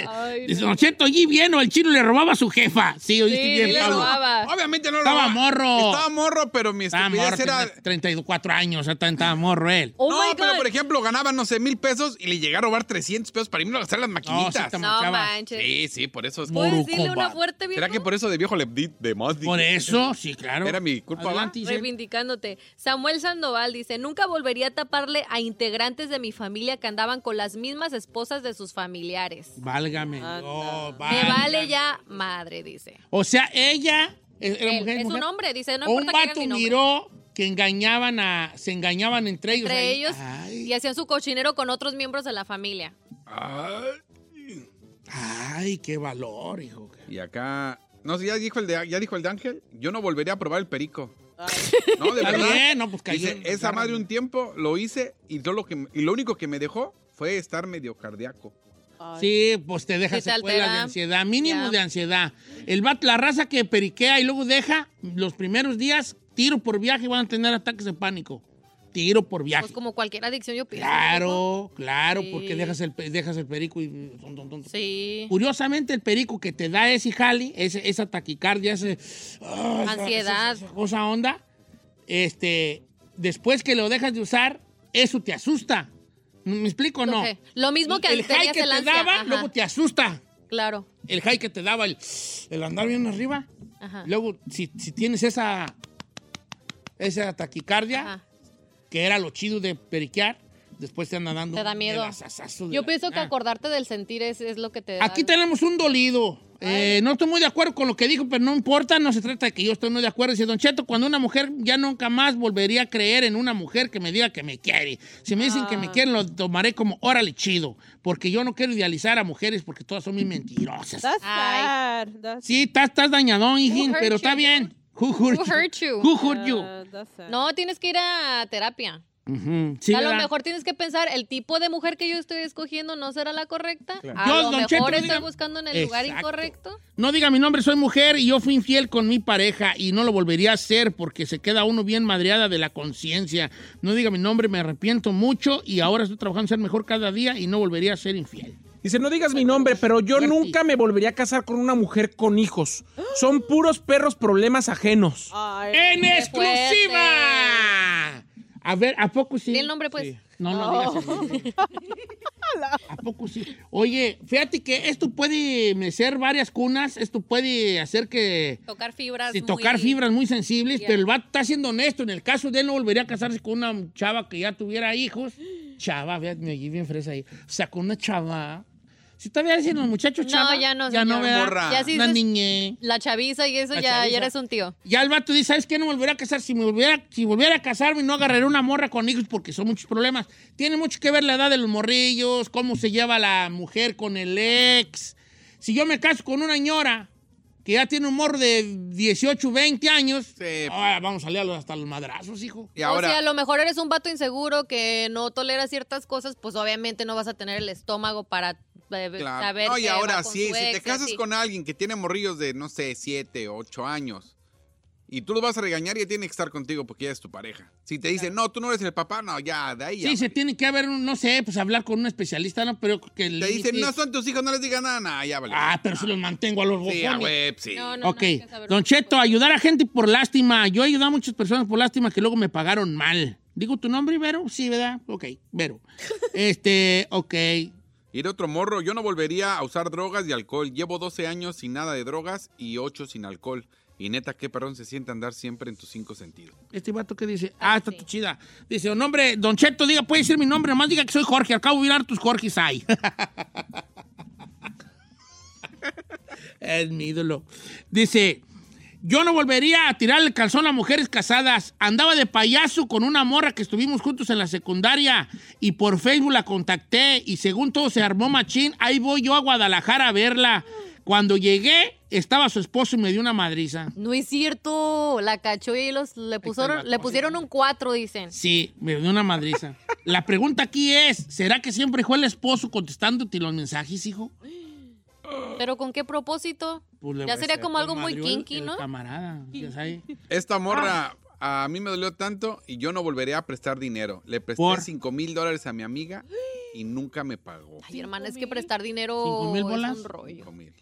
Ay,
dice, Don Cheto, allí bien o el chino le robaba a su jefa. Sí, oíste
Sí,
bien,
sí le
Pablo.
robaba.
Obviamente no lo
Estaba
robaba.
morro.
Estaba morro, pero mi
Estaba
estupidez
morro,
era.
tenía 34 años, estaba, estaba morro él.
Oh
no,
my
pero
God.
por ejemplo, ganaba, no sé, mil pesos y le llegué a robar 300 pesos para irme a gastar en las
No, sí
maquinitas.
te
No
manchaba.
manches.
sí, sí, por eso es
Muy-
¿Puedes
Morocco,
decirle una
va.
fuerte viejo?
¿Será que por eso de viejo le di de más? dije?
Por eso, sí, claro.
Era mi culpa,
Adelante, Isel.
Reivindicándote. Samuel Sandoval dice, nunca volvería a taparle a integrantes de mi familia que andaban con las mismas esposas de sus familiares.
Válgame.
Anda.
no,
Ah, Me
válgame.
vale ya madre, dice.
O sea, ella es, era
Él,
mujer,
Eh, es
mujer.
un hombre, dice, no
o un
importa que digas
vato
mi nombre.
miró que engañaban a, se engañaban entre ellos.
Entre
ahí.
ellos
Ay,
y hacían su cochinero con otros miembros de la familia.
Ay.
ay, qué valor, hijo.
Y acá. No sé, ya dijo, el de, ya dijo el de Ángel. Yo no volvería a probar el perico. No, de
Está
verdad.
bien, no, pues cayó.
Dice, esa madre un tiempo lo hice y, yo lo que, y lo único que me dejó fue estar medio cardíaco.
Ay.
Sí, pues te deja
Sí, te
secuelas de
altera.
ansiedad, mínimo
Ya.
de ansiedad. El vato- la raza que periquea y luego deja los primeros días, tiro por viaje y van a tener ataques de pánico. tiro por viaje.
Pues como cualquier adicción, yo pienso.
Claro, claro,
Sí.
porque dejas el, pe- dejas el perico y... mm, ton, ton, ton, ton.
Sí.
Curiosamente, el perico que te da ese jali, ese- esa taquicardia, ese, ah, esa-
Ansiedad.
esa- esa cosa onda, este, después que lo dejas de usar, eso te asusta. ¿Me explico o no?
Ok. Lo mismo que
el
tenías
high que
el
te
ansia,
daba,
ajá.
luego te asusta.
Claro.
El high que te daba, el, el andar bien arriba.
Ajá.
Luego, si, si tienes esa, esa taquicardia,
Ajá.
que era lo chido de periquear, después te anda dando
Te da
un
miedo.
melazazazo de
Yo
la-
pienso que
Ah.
acordarte del sentir es, es lo que te da.
Aquí tenemos un dolido. Eh, no estoy muy de acuerdo con lo que dijo, pero no importa, no se trata de que yo estoy muy de acuerdo. Dice Don Cheto, cuando una mujer ya nunca más volvería a creer en una mujer que me diga que me quiere. Si me dicen que
Ah.
me quieren, lo tomaré como órale chido, porque yo no quiero idealizar a mujeres porque todas son mis mentirosas.
That's
Ay.
sad. That's,
Sí, estás, estás dañadón, hijín,
hurt
pero
you,
está
dude?
bien. Who hurt,
Who hurt you?
Who hurt you?
uh, that's sad.
No, tienes que ir a terapia.
Ujú, sí,
a lo
¿verdad?
mejor tienes que pensar, el tipo de mujer que yo estoy escogiendo no será la correcta. A
Yo,
lo
Don
mejor
Cheto,
estoy
diga-
buscando en el lugar
Exacto.
incorrecto.
No diga mi nombre, soy mujer y yo fui infiel con mi pareja y no lo volvería a hacer porque se queda uno bien madreada de la conciencia. No diga mi nombre, me arrepiento mucho y ahora estoy trabajando en ser mejor cada día y no volvería a ser infiel.
Dice, no digas mi nombre, pero yo
Fuerte.
nunca me volvería a casar con una mujer con hijos. Son puros perros problemas ajenos.
Ay,
¡En
Qué
exclusiva! A ver, ¿a poco sí?
Di el nombre, pues.
No, no digas el nombre. ¿A poco sí? Oye, fíjate que esto puede mecer varias cunas, esto puede hacer que...
Tocar fibras.
de
muy-
tocar fibras muy sensibles,
Ya.
pero el vato está siendo honesto. En el caso de él, no volvería a casarse con una chava que ya tuviera hijos. Chava, vea, me oí bien fresa ahí. O sea, con una chava. Si todavía dicen los muchachos
No,
chava.
ya no,
Ya no,
señor.
¿verdad?
Morra.
Ya sí
Una
dices-
niñe.
La chaviza y eso,
La
ya, ya
chaviza.
eres un tío.
Ya el vato dice, ¿sabes qué? No me volveré a casar. Si me volviera, si volviera a casarme, no agarraré una morra con hijos porque son muchos problemas. Tiene mucho que ver la edad de los morrillos, cómo se lleva la mujer con el ex. Si yo me caso con una ñora que ya tiene un morro de 18, 20 años,
Sí.
ahora vamos a liarlos hasta los madrazos, hijo.
Y ahora,
O sea, a lo mejor eres un vato inseguro que no tolera ciertas cosas, pues obviamente no vas a tener el estómago para eh,
claro.
saber.
No, y
qué va
ahora
con
sí,
su
si
ex
te
y
casas
así.
con alguien que tiene morrillos de, no sé, 7, 8 años, y tú lo vas a regañar y ya tiene que estar contigo porque ya es tu pareja. Si te dicen, no, tú no eres el papá, no, ya, de ahí ya.
Sí, se
valiste.
tiene que haber, un- no sé, pues hablar con un especialista, ¿no? Pero que el
Te dicen,
límite-
no son tus hijos, no les digas nada, nah, ya vale.
Ah, pero si los mantengo a los
sí, a
bojones.
web, sí.
No, no, no,
Ok,
hay que saber
Don
mucho.
Cheto, ayudar a gente por lástima. Yo he ayudado a muchas personas por lástima que luego me pagaron mal. ¿Digo tu nombre, Vero? Sí, ¿verdad? Ok, Vero. este, ok.
Ir otro morro, yo no volvería a usar drogas y alcohol. Llevo 12 años sin nada de drogas y 8 sin alcohol. Y neta, qué perrón se siente andar siempre en tus cinco sentidos.
Este vato que dice, ah, está tu chida. Dice, un nombre, Don Cheto, diga, puede decir mi nombre, nomás diga que soy Jorge. Al cabo mirar tus Jorges ahí. es mi ídolo. Dice, yo no volvería a tirar el calzón a mujeres casadas. Andaba de payaso con una morra que estuvimos juntos en la secundaria y por Facebook la contacté y según todo se armó machín, ahí voy yo a Guadalajara a verla. Cuando llegué, estaba su esposo y me dio una madriza.
No es cierto, la cachó y los, le,
el
pusieron,
vato.
le pusieron un 4, dicen.
Sí, me dio una madriza. La pregunta aquí es, ¿será que siempre fue el esposo contestándote los mensajes, hijo?
¿Pero con qué propósito?
Pues le-
Ya sería como
le
algo muy
madrió el-
kinky,
el
¿no?
Camarada, ya sabes.
Esta morra a mí me dolió tanto y yo no volveré a prestar dinero. Le presté
¿Por?
5 mil dólares a mi amiga y nunca me pagó.
Ay, hermana, es que prestar dinero
¿Cinco mil bolas?
es un rollo.
Cinco mil.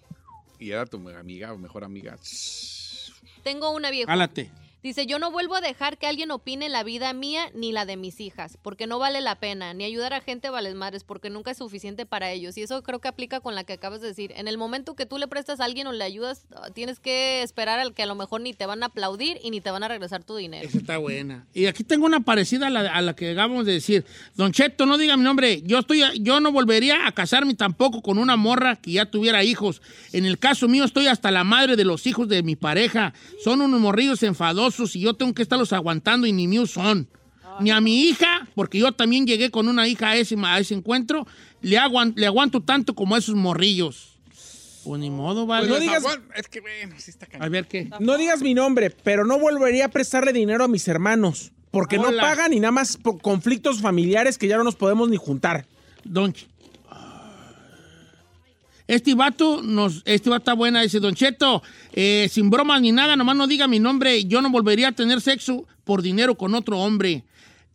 Y era tu amiga o mejor amiga.
Tengo una vieja.
Álate.
Dice, yo no vuelvo a dejar que alguien opine la vida mía ni la de mis hijas, porque no vale la pena, ni ayudar a gente vales madres, porque nunca es suficiente para ellos. Y eso creo que aplica con la que acabas de decir. En el momento que tú le prestas a alguien o le ayudas, ah, tienes que esperar al que a lo mejor ni te van a aplaudir y ni te van a regresar tu dinero.
Esa está buena. Y aquí tengo una parecida a la, a la que acabamos de decir. Don Cheto, no diga mi nombre. Yo, estoy, yo no volvería a casarme tampoco con una morra que ya tuviera hijos. En el caso mío, estoy hasta la madre de los hijos de mi pareja. Son unos morrillos enfadosos y yo tengo que estarlos aguantando y ni míos son. Ni a mi hija, porque yo también llegué con una hija a ese, a ese encuentro, le, aguan- le aguanto tanto como a esos morrillos. Pues ni modo, vale.
Pues no digas-
Es que Ah, bueno, sí está
A
cañón.
ver qué.
No digas mi nombre, pero no volvería a prestarle dinero a mis hermanos. Porque no
Hola.
pagan y nada más por conflictos familiares que ya no nos podemos ni juntar.
Don. Ch- Este vato nos, este vato está buena, dice Don Cheto, eh, sin bromas ni nada, nomás no diga mi nombre, yo no volvería a tener sexo por dinero con otro hombre.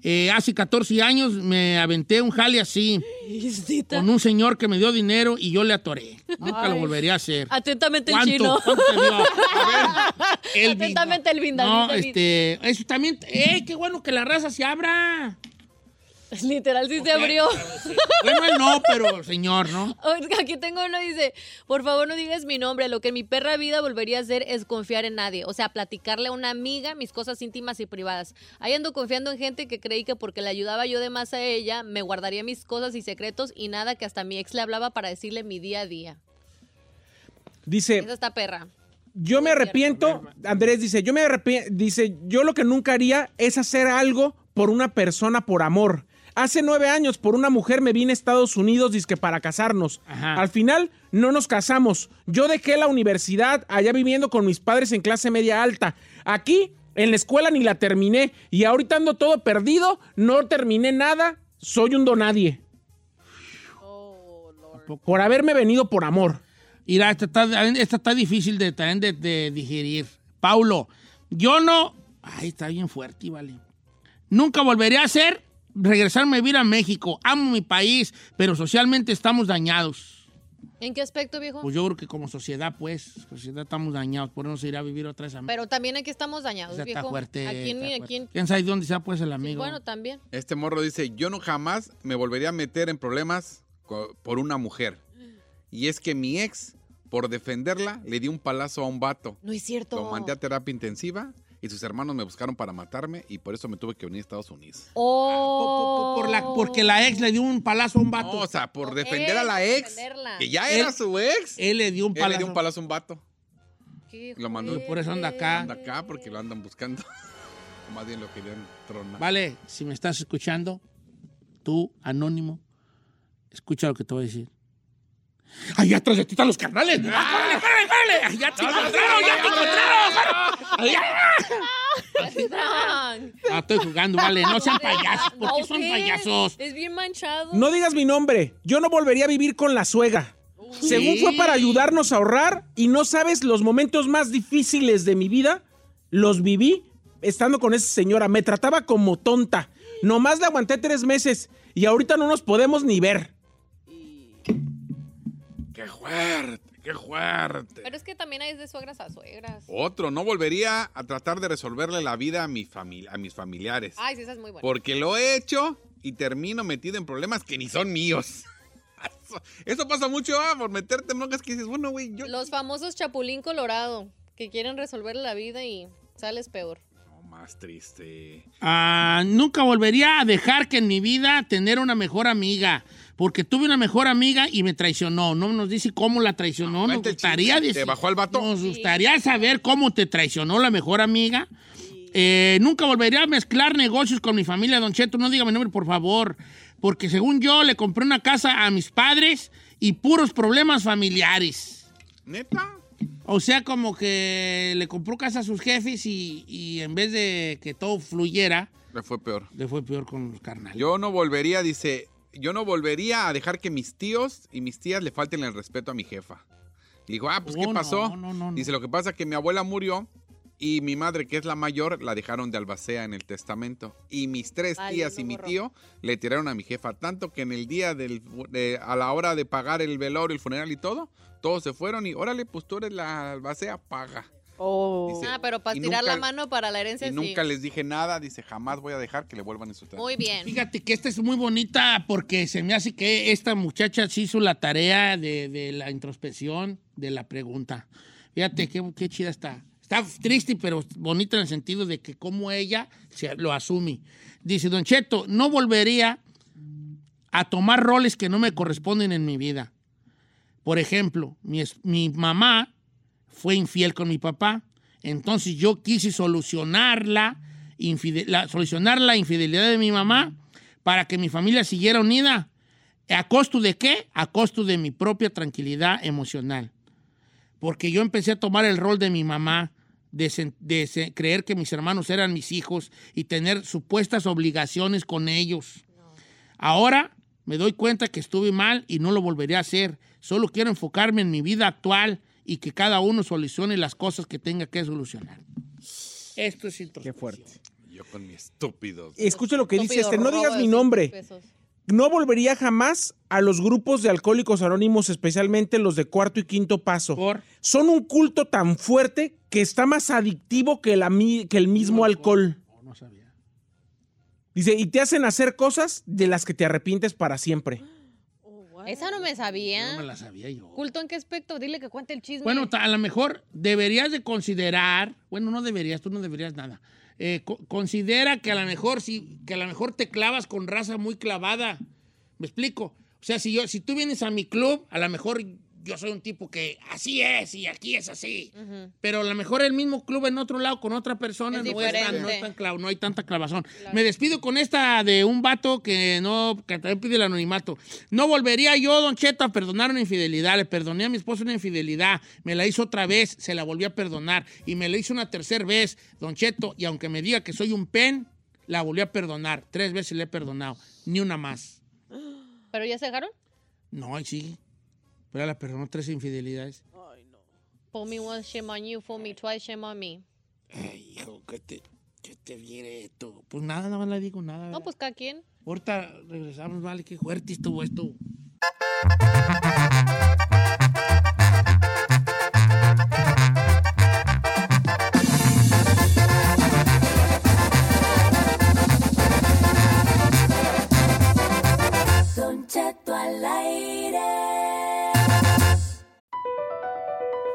Eh, hace 14 años me aventé un jale así con un señor que me dio dinero y yo le atoré. Nunca lo
Ay.
volvería a hacer.
Atentamente el
¿Cuánto?
chino.
¿Cuánto te dio? El vino.
Atentamente el vinda.
No, este, eso también, ¡eh, qué bueno que la raza se abra!
Literal, sí se abrió.
Bueno, él no, pero el señor, ¿no?
Oiga, Aquí tengo uno, dice, por favor no digas mi nombre, lo que en mi perra vida volvería a hacer es confiar en nadie, o sea, platicarle a una amiga mis cosas íntimas y privadas. Ahí ando confiando en gente que creí que porque le ayudaba yo de más a ella, me guardaría mis cosas y secretos y nada que hasta mi ex le hablaba para decirle mi día a día.
Dice,
Esa está perra.
Yo me arrepiento, Andrés dice, yo me arrepiento, dice, yo lo que nunca haría es hacer algo por una persona por amor. Hace nueve años por una mujer me vine a Estados Unidos, dizque para casarnos. Al final no nos casamos. Yo dejé la universidad allá viviendo con mis padres en clase media alta. Aquí en la escuela ni la terminé y ahorita ando todo perdido, no terminé nada, soy un donadie. Por haberme venido por amor.
Mira, esta está, esta está difícil de, también de, de digerir. Paulo, yo no... Ay, está bien fuerte, y vale. Nunca volveré a hacer regresarme a vivir a México. Amo mi país, pero socialmente estamos dañados.
¿En qué aspecto, viejo?
Pues yo creo que como sociedad, pues, sociedad estamos dañados. Por eso se irá a vivir otra vez a México.
Pero también aquí estamos dañados,
Esa
viejo.
está fuerte.
Aquí en-
está
aquí en-
fuerte. ¿Quién sabe dónde sea, pues, el amigo?
Bueno, también.
Este morro dice, yo no jamás me volvería a meter en problemas co- por una mujer. Y es que mi ex, por defenderla, le di un palazo a un vato.
No es cierto.
Lo mandé a terapia intensiva y sus hermanos me buscaron para matarme y por eso me tuve que venir a Estados Unidos.
Oh.
Por la- porque la ex le dio un palazo a un vato.
No, o sea, por defender a la
Él,
ex,
defenderla.
que ya era
Él-
su ex,
Él le dio un
él le
palazo.
dio un palazo a un vato.
Qué
Lo mandó.
joder.
Por eso anda acá.
Anda acá porque lo andan buscando. O más bien lo querían tronar.
Vale, si me estás escuchando, tú, anónimo, escucha lo que te voy a decir. ¡Ahí atrás de ti están los carnales! ¡Ah, ¡Córrele, córrele, córrele! ¡Ya te encontraron, ya te encontraron! ¡Ay,
Frank.
ya! No, estoy jugando, vale. No sean payasos. ¿Por qué
No,
son
¿qué?
payasos?
Es bien manchado.
No digas mi nombre. Yo no volvería a vivir con la suegra. Según fue para ayudarnos a ahorrar y no sabes los momentos más difíciles de mi vida, los viví estando con esa señora. Me trataba como tonta. Nomás la aguanté tres meses y ahorita no nos podemos ni ver.
¡Qué fuerte! ¡Qué fuerte!
Pero es que también hay de suegras a suegras.
Oh.
Otro, no volvería a tratar de resolverle la vida a, mi familia, a mis familiares.
Ay, sí, esa es muy buena.
Porque lo he hecho y termino metido en problemas que ni son míos. Eso, eso pasa mucho, ah, por meterte en broncas que dices, bueno, güey, yo...
Los famosos chapulín colorado que quieren resolver la vida y sales peor.
No, más triste.
Ah, nunca volvería a dejar que en mi vida tener una mejor amiga. Porque tuve una mejor amiga y me traicionó. No nos dice cómo la traicionó. Nos
Vete el
gustaría
chisme,
decir-
¿Te bajó al vato?
Nos gustaría saber cómo te traicionó la mejor amiga. Eh, nunca volvería a mezclar negocios con mi familia, Don Cheto. No diga mi nombre, por favor. Porque según yo, le compré una casa a mis padres y puros problemas familiares.
¿Neta?
O sea, como que le compró casa a sus jefes y, y en vez de que todo fluyera,
Le fue peor.
le fue peor con los carnales.
Yo no volvería, dice, yo no volvería a dejar que mis tíos y mis tías le falten el respeto a mi jefa. Le dijo, ah, pues,
Oh,
¿qué
no,
pasó?
no, no, no.
Dice, lo que pasa es que mi abuela murió y mi madre, que es la mayor, la dejaron de albacea en el testamento. Y mis tres
Ay,
tías
no
y mi
borró.
tío le tiraron a mi jefa, tanto que en el día del, fu- de- a la hora de pagar el velorio, el funeral y todo, todos se fueron y, órale, pues tú eres la albacea, paga.
Oh.
Dice,
Ah, pero para
y
tirar
nunca-
la mano para la herencia,
Y
sí.
nunca les dije nada, dice, jamás voy a dejar que le vuelvan a insultar.
Muy bien.
Fíjate que esta es muy bonita porque se me hace que esta muchacha sí hizo la tarea de, de la introspección de la pregunta. Fíjate qué, qué chida está. Está triste, pero bonita en el sentido de que como ella se lo asume. Dice, Don Cheto, no volvería a tomar roles que no me corresponden en mi vida. Por ejemplo, mi, es- mi mamá fue infiel con mi papá, entonces yo quise solucionarla, solucionar la infidelidad de mi mamá para que mi familia siguiera unida. ¿A costo de qué? A costo de mi propia tranquilidad emocional. Porque yo empecé a tomar el rol de mi mamá, de, sen- de se- creer que mis hermanos eran mis hijos y tener supuestas obligaciones con ellos. Ahora me doy cuenta que estuve mal y no lo volveré a hacer. Solo quiero enfocarme en mi vida actual y que cada uno solucione las cosas que tenga que solucionar. Esto es introspección.
Qué fuerte.
Yo con mis estúpidos.
Escucha lo que dice
Estúpido,
este, no
robo
digas
de
mi
cinco
nombre.
pesos.
No volvería jamás a los grupos de alcohólicos anónimos, especialmente los de cuarto y quinto paso.
Por-
Son un culto tan fuerte que está más adictivo que, la mi- que el mismo alcohol.
Oh, no sabía.
Dice, y te hacen hacer cosas de las que te arrepientes para siempre.
Esa no me
No me
sabía.
la sabía yo.
¿Culto en qué aspecto? Dile que cuente el chisme.
Bueno, ta- a lo mejor deberías de considerar, bueno, no deberías, tú no deberías nada. Eh, co- considera que a lo mejor si, que a lo mejor te clavas con raza muy clavada. ¿Me explico? O sea, si yo, si tú vienes a mi club, a lo mejor yo soy un tipo que así es y aquí es así. Pero a lo mejor el mismo club en otro lado con otra persona
Es
no, es tan-
diferente.
no es tan clavo- no hay tanta clavazón. Me despido con esta de un vato que no que también pide el anonimato. No volvería yo, Don Cheto, a perdonar una infidelidad. Le perdoné a mi esposo una infidelidad. Me la hizo otra vez, se la volví a perdonar. Y me la hizo una tercera vez, Don Cheto. Y aunque me diga que soy un pen, la volví a perdonar. Tres veces le he perdonado. Ni una más.
¿Pero ya se dejaron?
No, y sí. Pero la perdonó tres infidelidades.
For me once, shame on you. For me twice, shame on me.
Ay, hijo, que te, que te viene esto. Pues nada, nada más le digo nada.
No,
¿verdad?
pues cada quien.
Ahorita regresamos, vale, qué fuerte estuvo esto.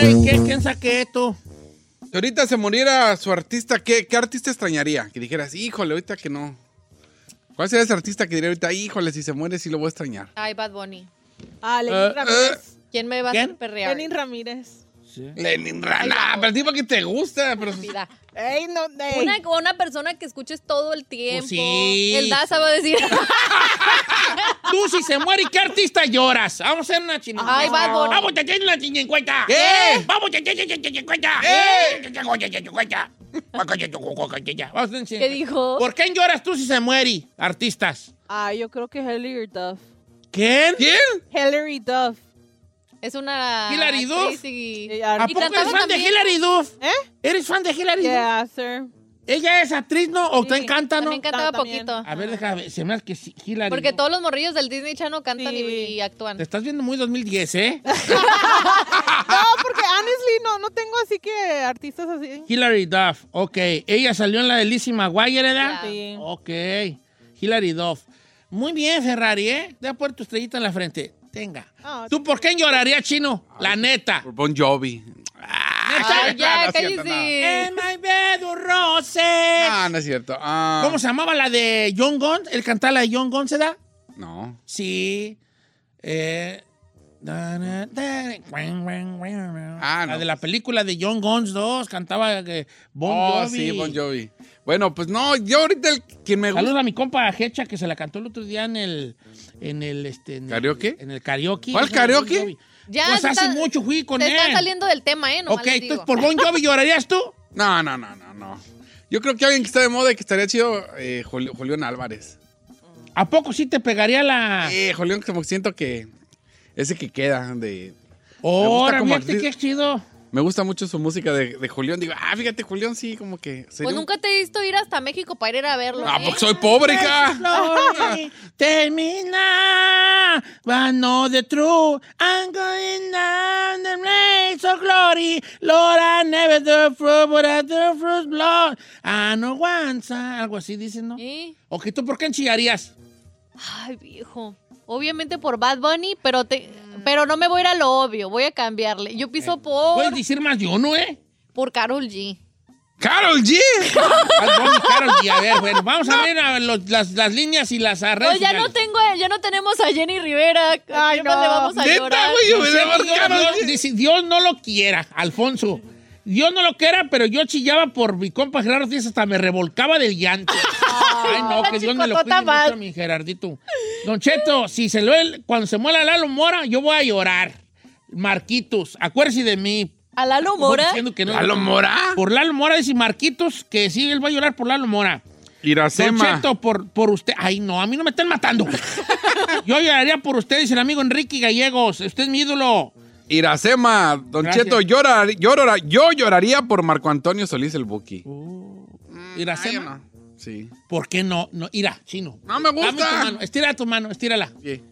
¡Ey! ¿qué, ¿Quién saqué esto?
Si ahorita se muriera su artista, ¿qué, qué artista extrañaría? Que dijeras, híjole, ahorita que no. ¿Cuál sería ese artista que diría ahorita, híjole, si se muere sí lo voy a extrañar?
Ay, Bad Bunny.
Ah, Lenin Ramírez.
¿Quién me va a
¿Quién?
hacer perrear?
Lenin Ramírez.
Lenin Rana, pero tipo que te gusta, pero...
Mira,
Ey, no, ey.
Una, una persona que escuches todo el tiempo.
sí.
El Daza va a decir,
Tú si se muere, ¿qué artista lloras? Vamos a hacer una chingada.
Ay, Bad Bunny.
Vamos a hacer una chingada.
¿Qué?
¿Eh? Vamos a hacer una chingada.
¿Qué?
Vamos a hacer una
¿qué
chingada.
dijo?
¿Por quién lloras tú si se muere, artistas?
Ah, yo creo que Hillary Duff.
¿Quién?
¿Quién?
Hillary Duff.
Es una...
Hillary Duff.
actriz y-
Ella-
Eh, ¿A
Y
poco eres
cantaba
fan de
también.
Hilary Duff?
¿Eh?
¿Eres fan de Hilary Duff?
Yeah, sir.
¿Ella es actriz, no? ¿O te
Sí,
encanta, no?
También cantaba
También.
poquito.
A ver, déjame, se me hace que sí, Hilary
Porque
Ah, Duff.
todos los morrillos del Disney Channel cantan y,
Sí.
y actúan.
Te estás viendo muy 2010, ¿eh?
No, porque honestly no, no tengo así que artistas así.
Hilary Duff, ok. Ella salió en la de Lizzie McGuire, ¿verdad?
Ya.
Sí.
Ok. Hilary Duff. Muy bien, Ferrari, ¿eh? Deja por tu estrellita en la frente. Tenga.
Ah,
¿Tú por qué lloraría, chino? La neta.
Por Bon Jovi.
Ay, Ah,
Ah,
ya,
No es cierto,
cállese.
En my bed with roses.
Ah, no es cierto. Ah,
Eh. ¿Cómo se llamaba la de John Gunn? ¿El cantar la de John Gunn se da?
No.
Sí. Eh, da, da, da, guan, guan, guan.
Ah,
la
no,
de la
pues.
película de John Gunn 2 cantaba eh, Bon
oh,
Jovi.
sí, Bon Jovi. Bueno, pues no, yo ahorita el, quien me gusta...
Saludos a mi compa Hecha que se la cantó el otro día en el en el este en el-
¿Karaoke?
en el karaoke.
¿Cuál
Esa de Bon
karaoke?
Jovi.
Ya
pues
se
hace
está-
mucho fui con
se
él.
está saliendo del tema, ¿eh? Nomás
ok,
les digo.
entonces por Bon Jovi llorarías tú.
No, no, no, no, no. Yo creo que alguien que está de moda y que estaría chido, eh, Juli- Julián Álvarez.
¿A poco sí te pegaría la...?
Eh, Julián, como siento que ese que queda de...
Ahora,
como
fíjate
actriz-
qué chido.
Me gusta mucho su música de, de Julián. Digo, ah, fíjate, Julián sí, como que... sería un-
Pues nunca te he visto ir hasta México para ir a verlo.
Ah,
¿eh?
porque soy pobre, hija.
Glory, termina, but no the truth. I'm going down the race of glory. Lord, I never do fruit, but I do fruit, Lord. I no once. Algo así dicen, ¿no?
¿Eh?
Ok, ¿tú por qué enchillarías?
Ay, viejo. Obviamente por Bad Bunny, pero te, pero no me voy a ir a lo obvio, voy a cambiarle. Yo piso
Eh,
por,
Puedes decir más yo, ¿no, eh?
por Carol G.
¡Carol G!
Al Bonnie Carol Ah, G. A ver, bueno, vamos a ver a los- las, las líneas y las redes
Pues ya no
sociales.
tengo, ya no tenemos a Jenny Rivera. Ay, no. le vamos a
Neta,
llorar.
güey, yo me
Dice,
daba
Dios,
Carol
Dios,
G.
dice, Dios pues, no lo quiera, Alfonso. Dios no lo quiera, pero yo chillaba por mi compa Gerardo Díaz, hasta me revolcaba del llanto. Ay, no, que Dios me lo
chicotota
cuide mucho
más.
a mi Gerardito. Don Cheto, si se lo, cuando se muera Lalo Mora, yo voy a llorar. Marquitos, acuérdese de mí.
A Lalo Mora.
Diciendo que no-
¿Lalo Mora?
Por Lalo Mora, dice Marquitos, que sí, él va a llorar por Lalo Mora. Don
Iracema.
Cheto, por, por usted. Ay, no, a mí no me están matando. Yo lloraría por usted, dice el amigo Enrique Gallegos. Usted es mi ídolo.
Iracema. Don
Gracias.
Cheto, llora, llora- yo lloraría por Marco Antonio Solís el Buki.
Iracema.
Ah, yo no. Sí.
¿Por qué no? no? Ira, chino.
No me
Dame tu
gusta.
mano, estira tu mano, estírala.
Sí.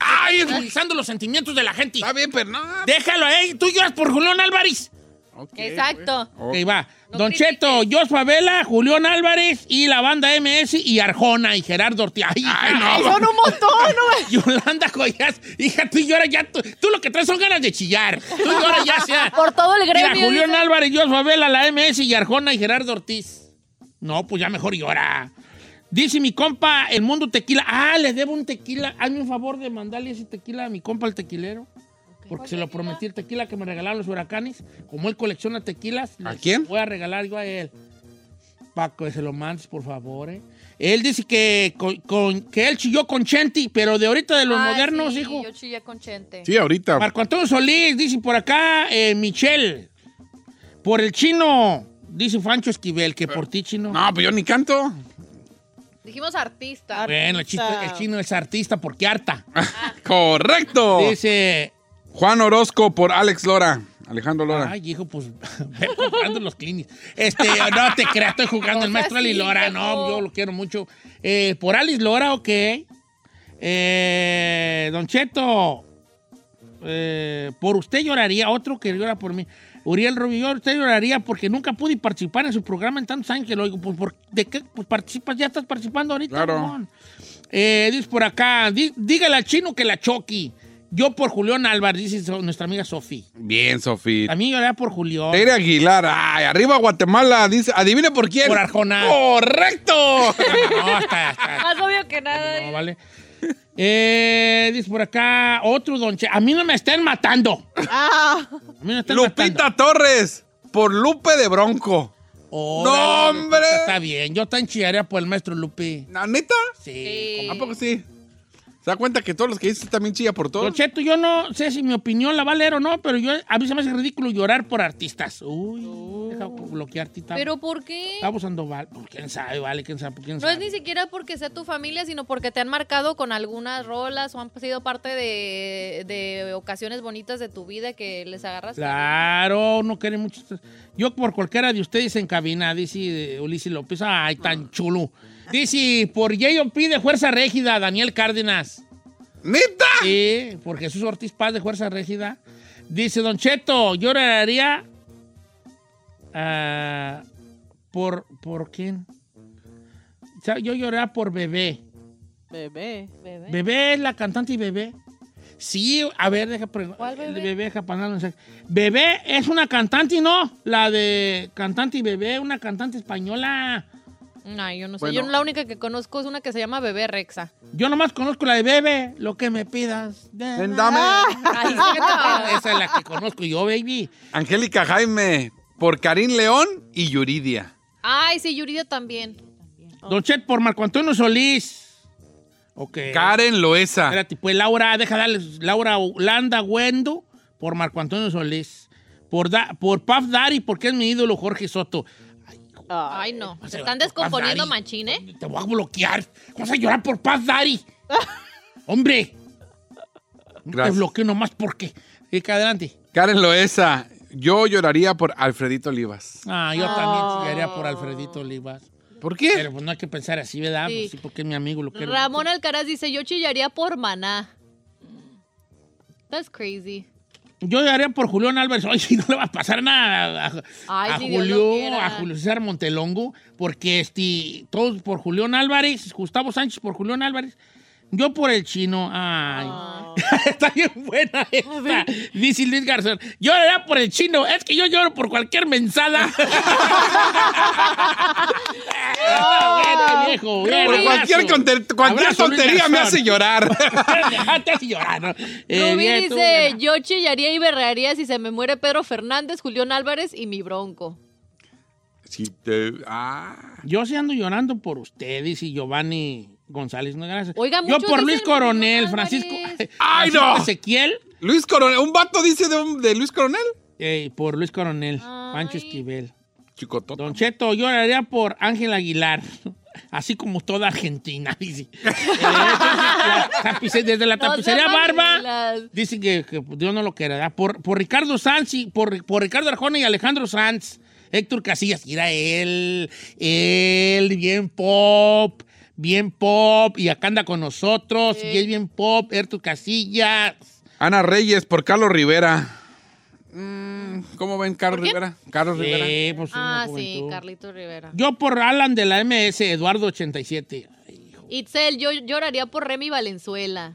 ¡Ay, utilizando los sentimientos de la gente!
Está bien, pero no.
¡Déjalo ahí! ¡Tú lloras por Julián Álvarez!
Ok,
Exacto.
güey. Ok.
Ok, va.
No
Don
critiques.
Cheto, Jos Favela, Julián Álvarez y la banda MS y Arjona y Gerardo Ortiz. ¡Ay,
Ay,
hija!
no,
Son un montón, güey.
Yolanda Joyas, hija, tú lloras ya. Tú, tú lo que traes son ganas de chillar. Tú lloras ya sea.
Por todo el
Mira,
gremio.
Julián
dice.
Álvarez, Jos Favela, la MS y Arjona y Gerardo Ortiz. No, pues ya mejor llora. Dice mi compa, el mundo tequila. Ah, le debo un tequila. Hazme un favor de mandarle ese tequila a mi compa el tequilero. Porque se lo prometí el tequila que me regalaron los huracanes. Como él colecciona tequilas.
¿A
les
quién?
Voy a regalar yo a él. Paco, que se lo mandes, por favor. ¿eh? Él dice que, con, con- que él chilló con Chenti, pero de ahorita de los
Ay,
modernos,
Ah, sí,
hijo.
Yo chillé con Chente.
Sí, ahorita.
Marco Antonio Solís, dice por acá, eh, Michelle. Por el chino, dice Fancho Esquivel, que por ti chino.
No, pues yo ni canto.
Dijimos artista.
Bueno, el, chiste- el chino es artista porque harta.
Correcto.
Dice,
Juan Orozco por Alex Lora. Alejandro Lora.
ay, hijo, pues ve comprando los clinics. Este, no te creas, estoy jugando
No
el maestro
seas
Ali
así,
Lora.
viejo.
No, yo lo quiero mucho. Eh, por Alice Lora, ok. Eh, don Cheto, eh, por usted lloraría, otro que llora por mí. Uriel Rubio, usted lloraría porque nunca pude participar en su programa en tantos años que lo digo. Pues, ¿por- ¿de qué? Pues participas, ya estás participando ahorita.
Claro.
mamón. Eh, dice por acá, di- dígale al chino que la choqui. Yo por Julián Álvarez, dice so- nuestra amiga Sofi.
Bien, Sofía.
A mí lloraría por Julián.
Tere Aguilar. Ay, arriba Guatemala. Dice, adivine por quién.
Por Arjona.
Correcto.
No, hasta- hasta-
Más obvio que nada.
no, vale. Eh, dice por acá, otro don Che. A mí no me están matando.
Ah,
A mí no me están matando.
Lupita Torres por Lupe de Bronco.
Órale,
¡No, hombre!
Lupita, Está bien, yo tan chillaría por el maestro Lupe.
¿La neta?
Sí.
¿A poco sí? ¿Se da cuenta que todos los que dices también chilla por
Don
todos?
Cheto, yo no sé si mi opinión la va a leer o no, pero yo, a mí se me hace ridículo llorar por artistas. Uy, deja bloquear Tita.
Pero ¿por qué?
Tabo Sandoval, pues, quién sabe, vale, quién sabe, quién
No
sabe.
es ni siquiera porque sea tu familia, sino porque te han marcado con algunas rolas o han sido parte de, de ocasiones bonitas de tu vida que les agarras.
Claro, no quiere mucho. Yo por cualquiera de ustedes en cabina, dice eh, Ulises López. Ay, tan chulo. Dice, por J.O.P. de Fuerza Régida, Daniel Cárdenas.
¡Neta!
Sí, por Jesús Ortiz Paz de Fuerza Régida. Dice, Don Cheto, yo oraría ah, por, por quién. O sea, Yo lloraría por bebé.
bebé.
Bebé.
Bebé es la cantante y bebé. Sí, a ver, deja
¿Cuál
preguntar.
bebé?
Bebé, deja pasar, no sé. Bebé es una cantante y no, la de cantante y bebé, una cantante española.
No, yo no sé.
Bueno.
Yo la única que conozco es una que se llama Bebé Rexa.
Yo nomás conozco la de bebé, lo que me pidas. de
Ven,
nada.
dame.
Ah.
Ay, sí,
Esa es la que conozco yo, baby.
Angélica Jaime por Karim León y Yuridia.
Ay, sí, Yuridia también.
Don Chet por Marco Antonio Solís. Ok.
Karen Loesa.
Espérate, pues Laura, deja darle. Laura Landa Wendo por Marco Antonio Solís, por, da, por Puff Daddy, porque es mi ídolo Jorge Soto.
Ay, no.
pues, eh,
Se están descomponiendo
Daddy.
machín, ¿eh?
Te voy a bloquear. Vamos a llorar por Puff Daddy. Hombre. No Te
Gracias.
bloqueo nomás porque. Y que adelante.
Karen Loesa, yo lloraría por Alfredito Olivas.
Ah, yo también llegaría por Alfredito Olivas.
¿Por qué?
Pero pues no hay que pensar así, ¿verdad?
Sí.
Pues, sí, porque es mi amigo lo quiero.
Ramón Alcaraz dice, yo chillaría por maná. That's crazy.
Yo lloraría por Julián Álvarez. Oye, si no le va a pasar nada a, a-
Ay,
a
ni Dios lo
Julio,
quiera.
a Julio César Montelongo, porque este, todos por Julián Álvarez, Gustavo Sánchez por Julián Álvarez. Yo por el chino, ay.
Ah.
Está bien buena esta. Dice Luis Garzón. Yo lloraría por el chino. Es que yo lloro por cualquier mensada. Ah, bueno, viejo. bien,
Por cualquier,
abrazo.
conte- cualquier
Abrazo, Luis
tontería me
Garzón.
hace llorar.
Ah, te hace llorar, ¿no? Eh,
Rubí
bien, tú,
dice, yo chillaría y berrearía si se me muere Pedro Fernández, Julián Álvarez y mi bronco.
Sí, te- ah.
Yo sí ando llorando por ustedes y Giovanni González, no gracias.
Oiga,
Yo
muchos
por Luis
dicen por
Coronel,
Julián
Francisco.
Álvarez.
¡Ay, no!
Francisco Ezequiel.
Luis Coronel, un vato dice de, un- de Luis Coronel.
eh, por Luis Coronel, Pancho
Ay.
Esquivel.
Chicotota.
Don Cheto, yo lloraría por Ángel Aguilar. Así como toda Argentina, dice. Eh, entonces, la tapice- desde la
No se
tapicería
vayan
Barba.
las-
Dice que, que Dios no lo quiera. ¿verdad? Por, por Ricardo Sanz y por, por Ricardo Arjona y Alejandro Sanz. Héctor Casillas, era él, él, bien pop, bien pop, y acá anda con nosotros, y es bien pop, Héctor Casillas.
Ana Reyes por Carlos Rivera. Mm, ¿Cómo ven Carlos Rivera? Carlos Rivera.
Sí, pues, una
Ah, sí,
juventud.
Carlito Rivera.
Yo por Alan de la MS, Eduardo 87.
Itzel, yo lloraría por Remy Valenzuela.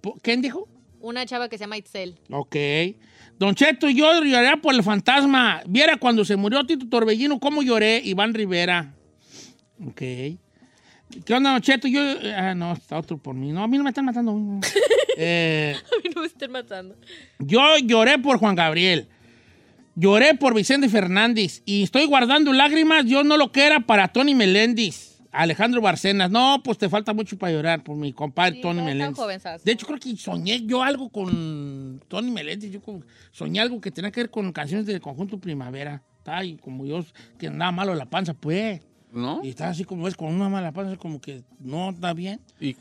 Po- ¿Quién dijo?
Una chava que se llama Itzel.
Ok. Don Cheto, yo lloré por el fantasma. Viera cuando se murió Tito Torbellino, cómo lloré, Iván Rivera. Ok. ¿Qué onda, Don Cheto? Yo. Ah, no, está otro por mí. No, a mí no me están matando. Eh,
A mí no me estén matando.
yo lloré por Juan Gabriel. Lloré por Vicente Fernández. Y estoy guardando lágrimas, Dios no lo quiera, para Tony Meléndez. Alejandro Barcenas. No, pues te falta mucho para llorar por mi compadre
Sí,
Tony
todos están
Meléndez.
jovenzazo.
De hecho, creo que soñé yo algo con Tony Meléndez. Yo como- soñé algo que tenía que ver con canciones del conjunto Primavera. Ay, como yo, que nada malo de la panza, pues.
¿No?
Y estaba así como es, con una mala panza, como que no está bien.
Y-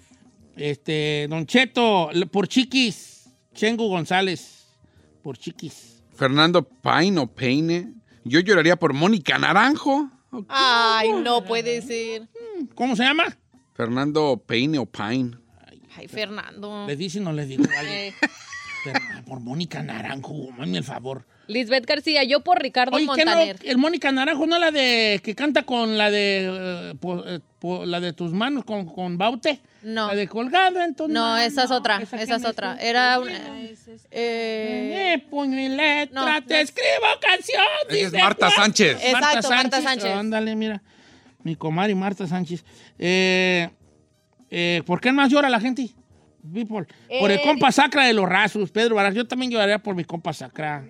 Este, Don Cheto, l- por Chiquis, Chengo González, por Chiquis.
Fernando Paine o Paine. Yo lloraría por Mónica Naranjo.
Ay, no puede ser.
¿Cómo se llama?
Fernando Paine o Paine.
Ay, Fernando.
¿Le dice o no le digo? Vale.
Eh,
Pero, ah, por Mónica Naranjo, mami el favor.
Lisbeth García, yo por Ricardo
Oye, ¿qué no?
Montaner.
El Mónica Naranjo, ¿no la de que canta con la de eh, po- eh, po- la de tus manos con, con Baute?
No.
La de colgado en tu
No,
mano.
esa es otra, esa,
que
es
me
otra.
escribe.
Era una...
Eh,
Eh, puño y letra,
No,
te escribo canción.
Ella es
dice
Marta Sánchez.
Exacto, Marta Sánchez.
Ándale, mira. Mi comadre Marta Sánchez. Eh, eh, ¿Por qué más llora la gente? People. Por el
Eh,
compa sacra de los rasos, Pedro Varas. Yo también lloraría por mi compa sacra.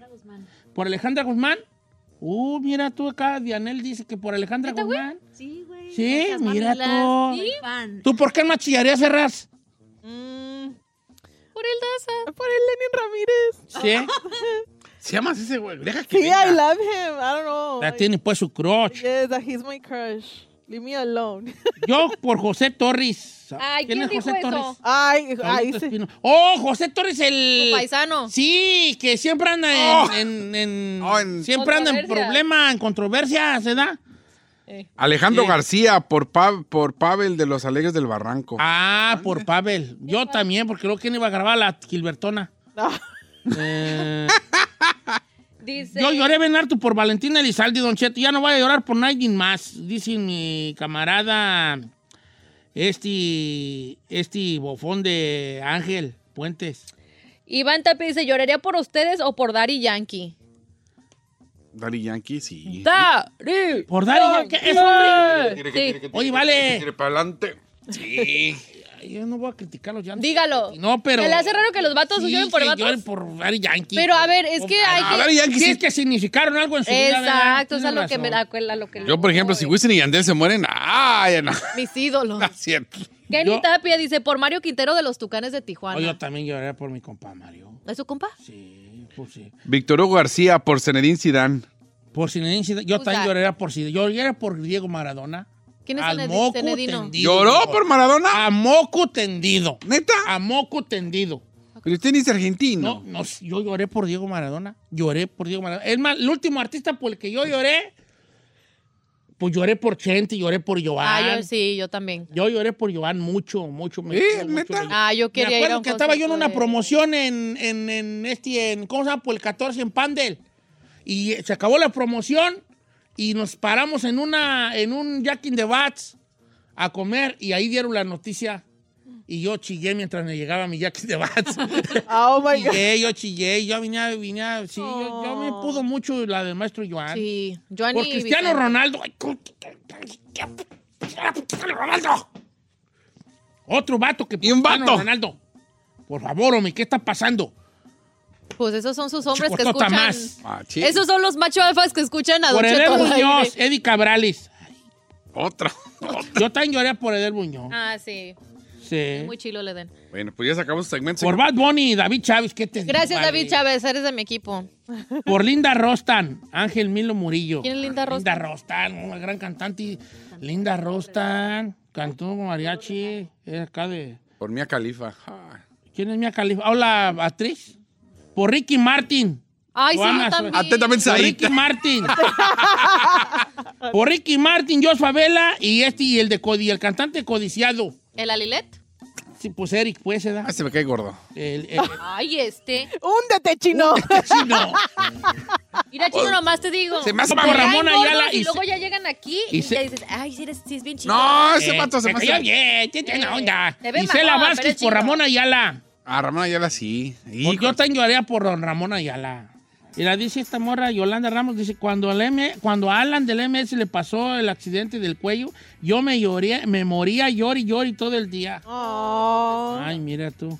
¿Por Alejandra Guzmán? Uh, mira tú acá, Dianel dice que por Alejandra Guzmán.
Sí, güey.
Sí,
Esas
mira
mamilas.
tú.
Soy fan.
¿Tú por qué más chillarías, Ferraz?
mm,
Por el Daza.
por el Lenin Ramírez.
Sí.
¿Se llama así ese güey? Deja que
Sí, I
venga.
love him. I don't know.
La tiene pues su crotch.
Yes, that he's my crush. Leave me alone.
Yo por José Torres.
Ay, ¿quién dijo eso?
Ay, ahí
Saulito
sí.
Espino- Oh, José Torres el...
Tu paisano.
Sí, que siempre anda en...
Oh.
en- en-
Oh, en-
Siempre anda en
Controversia.
problemas, en controversias, ¿eh? ¿verdad?
Alejandro
Sí.
García por, Pa- por Pavel de los Alegres del Barranco.
Ah, por Pavel. Yo también, porque luego quién iba a grabar la Gilbertona.
No.
Eh,
Dice...
yo lloré Ben harto por Valentina Elizalde, Don Cheto. Ya no voy a llorar por nadie más, dice mi camarada, este, este bofón de Ángel Puentes.
Iván Tapia dice, ¿lloraría por ustedes o por Daddy Yankee?
Daddy Yankee, sí.
¡Daddy!
Por dar ¿qué es, hombre?
Sí,
Oye, vale.
para adelante. Sí.
Ay, Yo no voy a criticarlos ya.
dígalo.
No, pero.
Se le hace raro que los vatos
Sí,
lloren por
que
vatos.
lloren por Daddy Yankee.
Pero, a ver, es que hay
no,
que-
Daddy Yankee sí es que significaron algo en su vida. ¿verdad?
Exacto, es a
Tienes
lo que me
razón.
a- a lo que
Yo, por ejemplo, si Wisin y Yandel se mueren, Ay, no.
Mis ídolos.
No es cierto.
Kenny
Yo-
Tapia dice, por Mario Quintero de los Tucanes de
Oh, yo
Tijuana.
también lloré por mi compa Mario.
¿Es su compa?
Pues sí.
Víctor Hugo García por Cenedín Sidán.
Por Zinedine Zidane. Yo
Who's
también
that?
lloré por Zidane. Yo lloré por Diego Maradona.
¿Quién es
Al
Cenedi-
moco
Cenedino?
tendido.
¿Lloró por Maradona?
A moco tendido.
¿Neta?
A moco tendido.
Pero usted ni es
No,
argentino.
Ah. no, yo lloré por Diego Maradona. Lloré por Diego Maradona. Es más, el último artista por el que yo lloré, pues lloré por Chente, lloré por Joan.
Ah, yo sí, yo también.
Yo lloré por Joan mucho, mucho. me-
¿Eh?
mucho,
¿Neta?
mucho.
Ah, yo
Me
quería ir a
acuerdo
un
que estaba yo en
concierto
una
de-
promoción en, en, en este, en, ¿cómo se llama? Por el 14 en Pandel. Y eh, se acabó la promoción y nos paramos en una, en un Jack in the Bats a comer y ahí dieron la noticia y yo chillé mientras me llegaba mi Jack in the Bats.
Oh my God.
chillé, yo chillé, yo vine a, vine a- sí, yo, yo me pudo mucho la del maestro Joan.
Sí, Joan
Por
y
Cristiano
Vicente.
Ronaldo. ay, cu- Cristiano Ronaldo. Otro vato que.
Y un
Cristiano
vato.
Ronaldo. Por favor, hombre, ¿qué está pasando?
Pues esos son sus hombres que
Chicotota
escuchan.
más.
Ah, sí.
Esos son los macho alfas que escuchan a Don
Por Eder
Cheto al aire.
Muñoz, Eddie Cabrales.
Otra.
Yo también lloré por Eder Muñoz.
Ah, sí.
Sí.
Muy chilo le den.
Bueno, pues ya se acabó su segmento.
Por Bad Bunny y David Chávez, ¿qué te digo,
Gracias,
vale?
David Chávez. Eres de mi equipo.
Por Linda Rostan, Ángel Milo Murillo.
¿Quién es Linda
Linda Rostan, una gran cantante. Linda Rostan, cantó con mariachi. Es acá de.
Por Mía Califa. Ah.
¿Quién es Mia Khalifa? Hola, actriz. Por Ricky Martin.
Ay, sí,
Juana,
yo
Ah,
también.
Atentamente,
Por
ahí.
Ricky Martin. por Ricky Martin, Jos Favela y este y el de Cody, el cantante codiciado.
¿El Alilet?
Sí, pues Eric, pues se da.
Ah, se me cae gordo.
El, el-
Ay, este.
¡Húndete, chino!
chino.
Mira, chino, nomás te digo.
Pues, Se me hace
Te
por
caen
Ramón
gordos
Ayala
Y,
y
luego
se-
ya llegan aquí
y
y,
se-
ya dices, ay, sí, eres, sí es bien chino.
No, ese pato se
Eh,
me
cayó
hace.
bien, tiene- tiene onda.
Se ve
Gisela
mamón, pero
Vázquez
es
por
chino.
Ramón Ayala.
Ah, Ramón Ayala sí.
Pues
Hijo.
yo también lloraría por don Ramón Ayala. Y la dice esta morra, Yolanda Ramos, dice, cuando, el M, cuando a Alan del MS le pasó el accidente del cuello, yo me lloré, me moría, llori, llori todo el día.
Oh.
Ay, mira tú.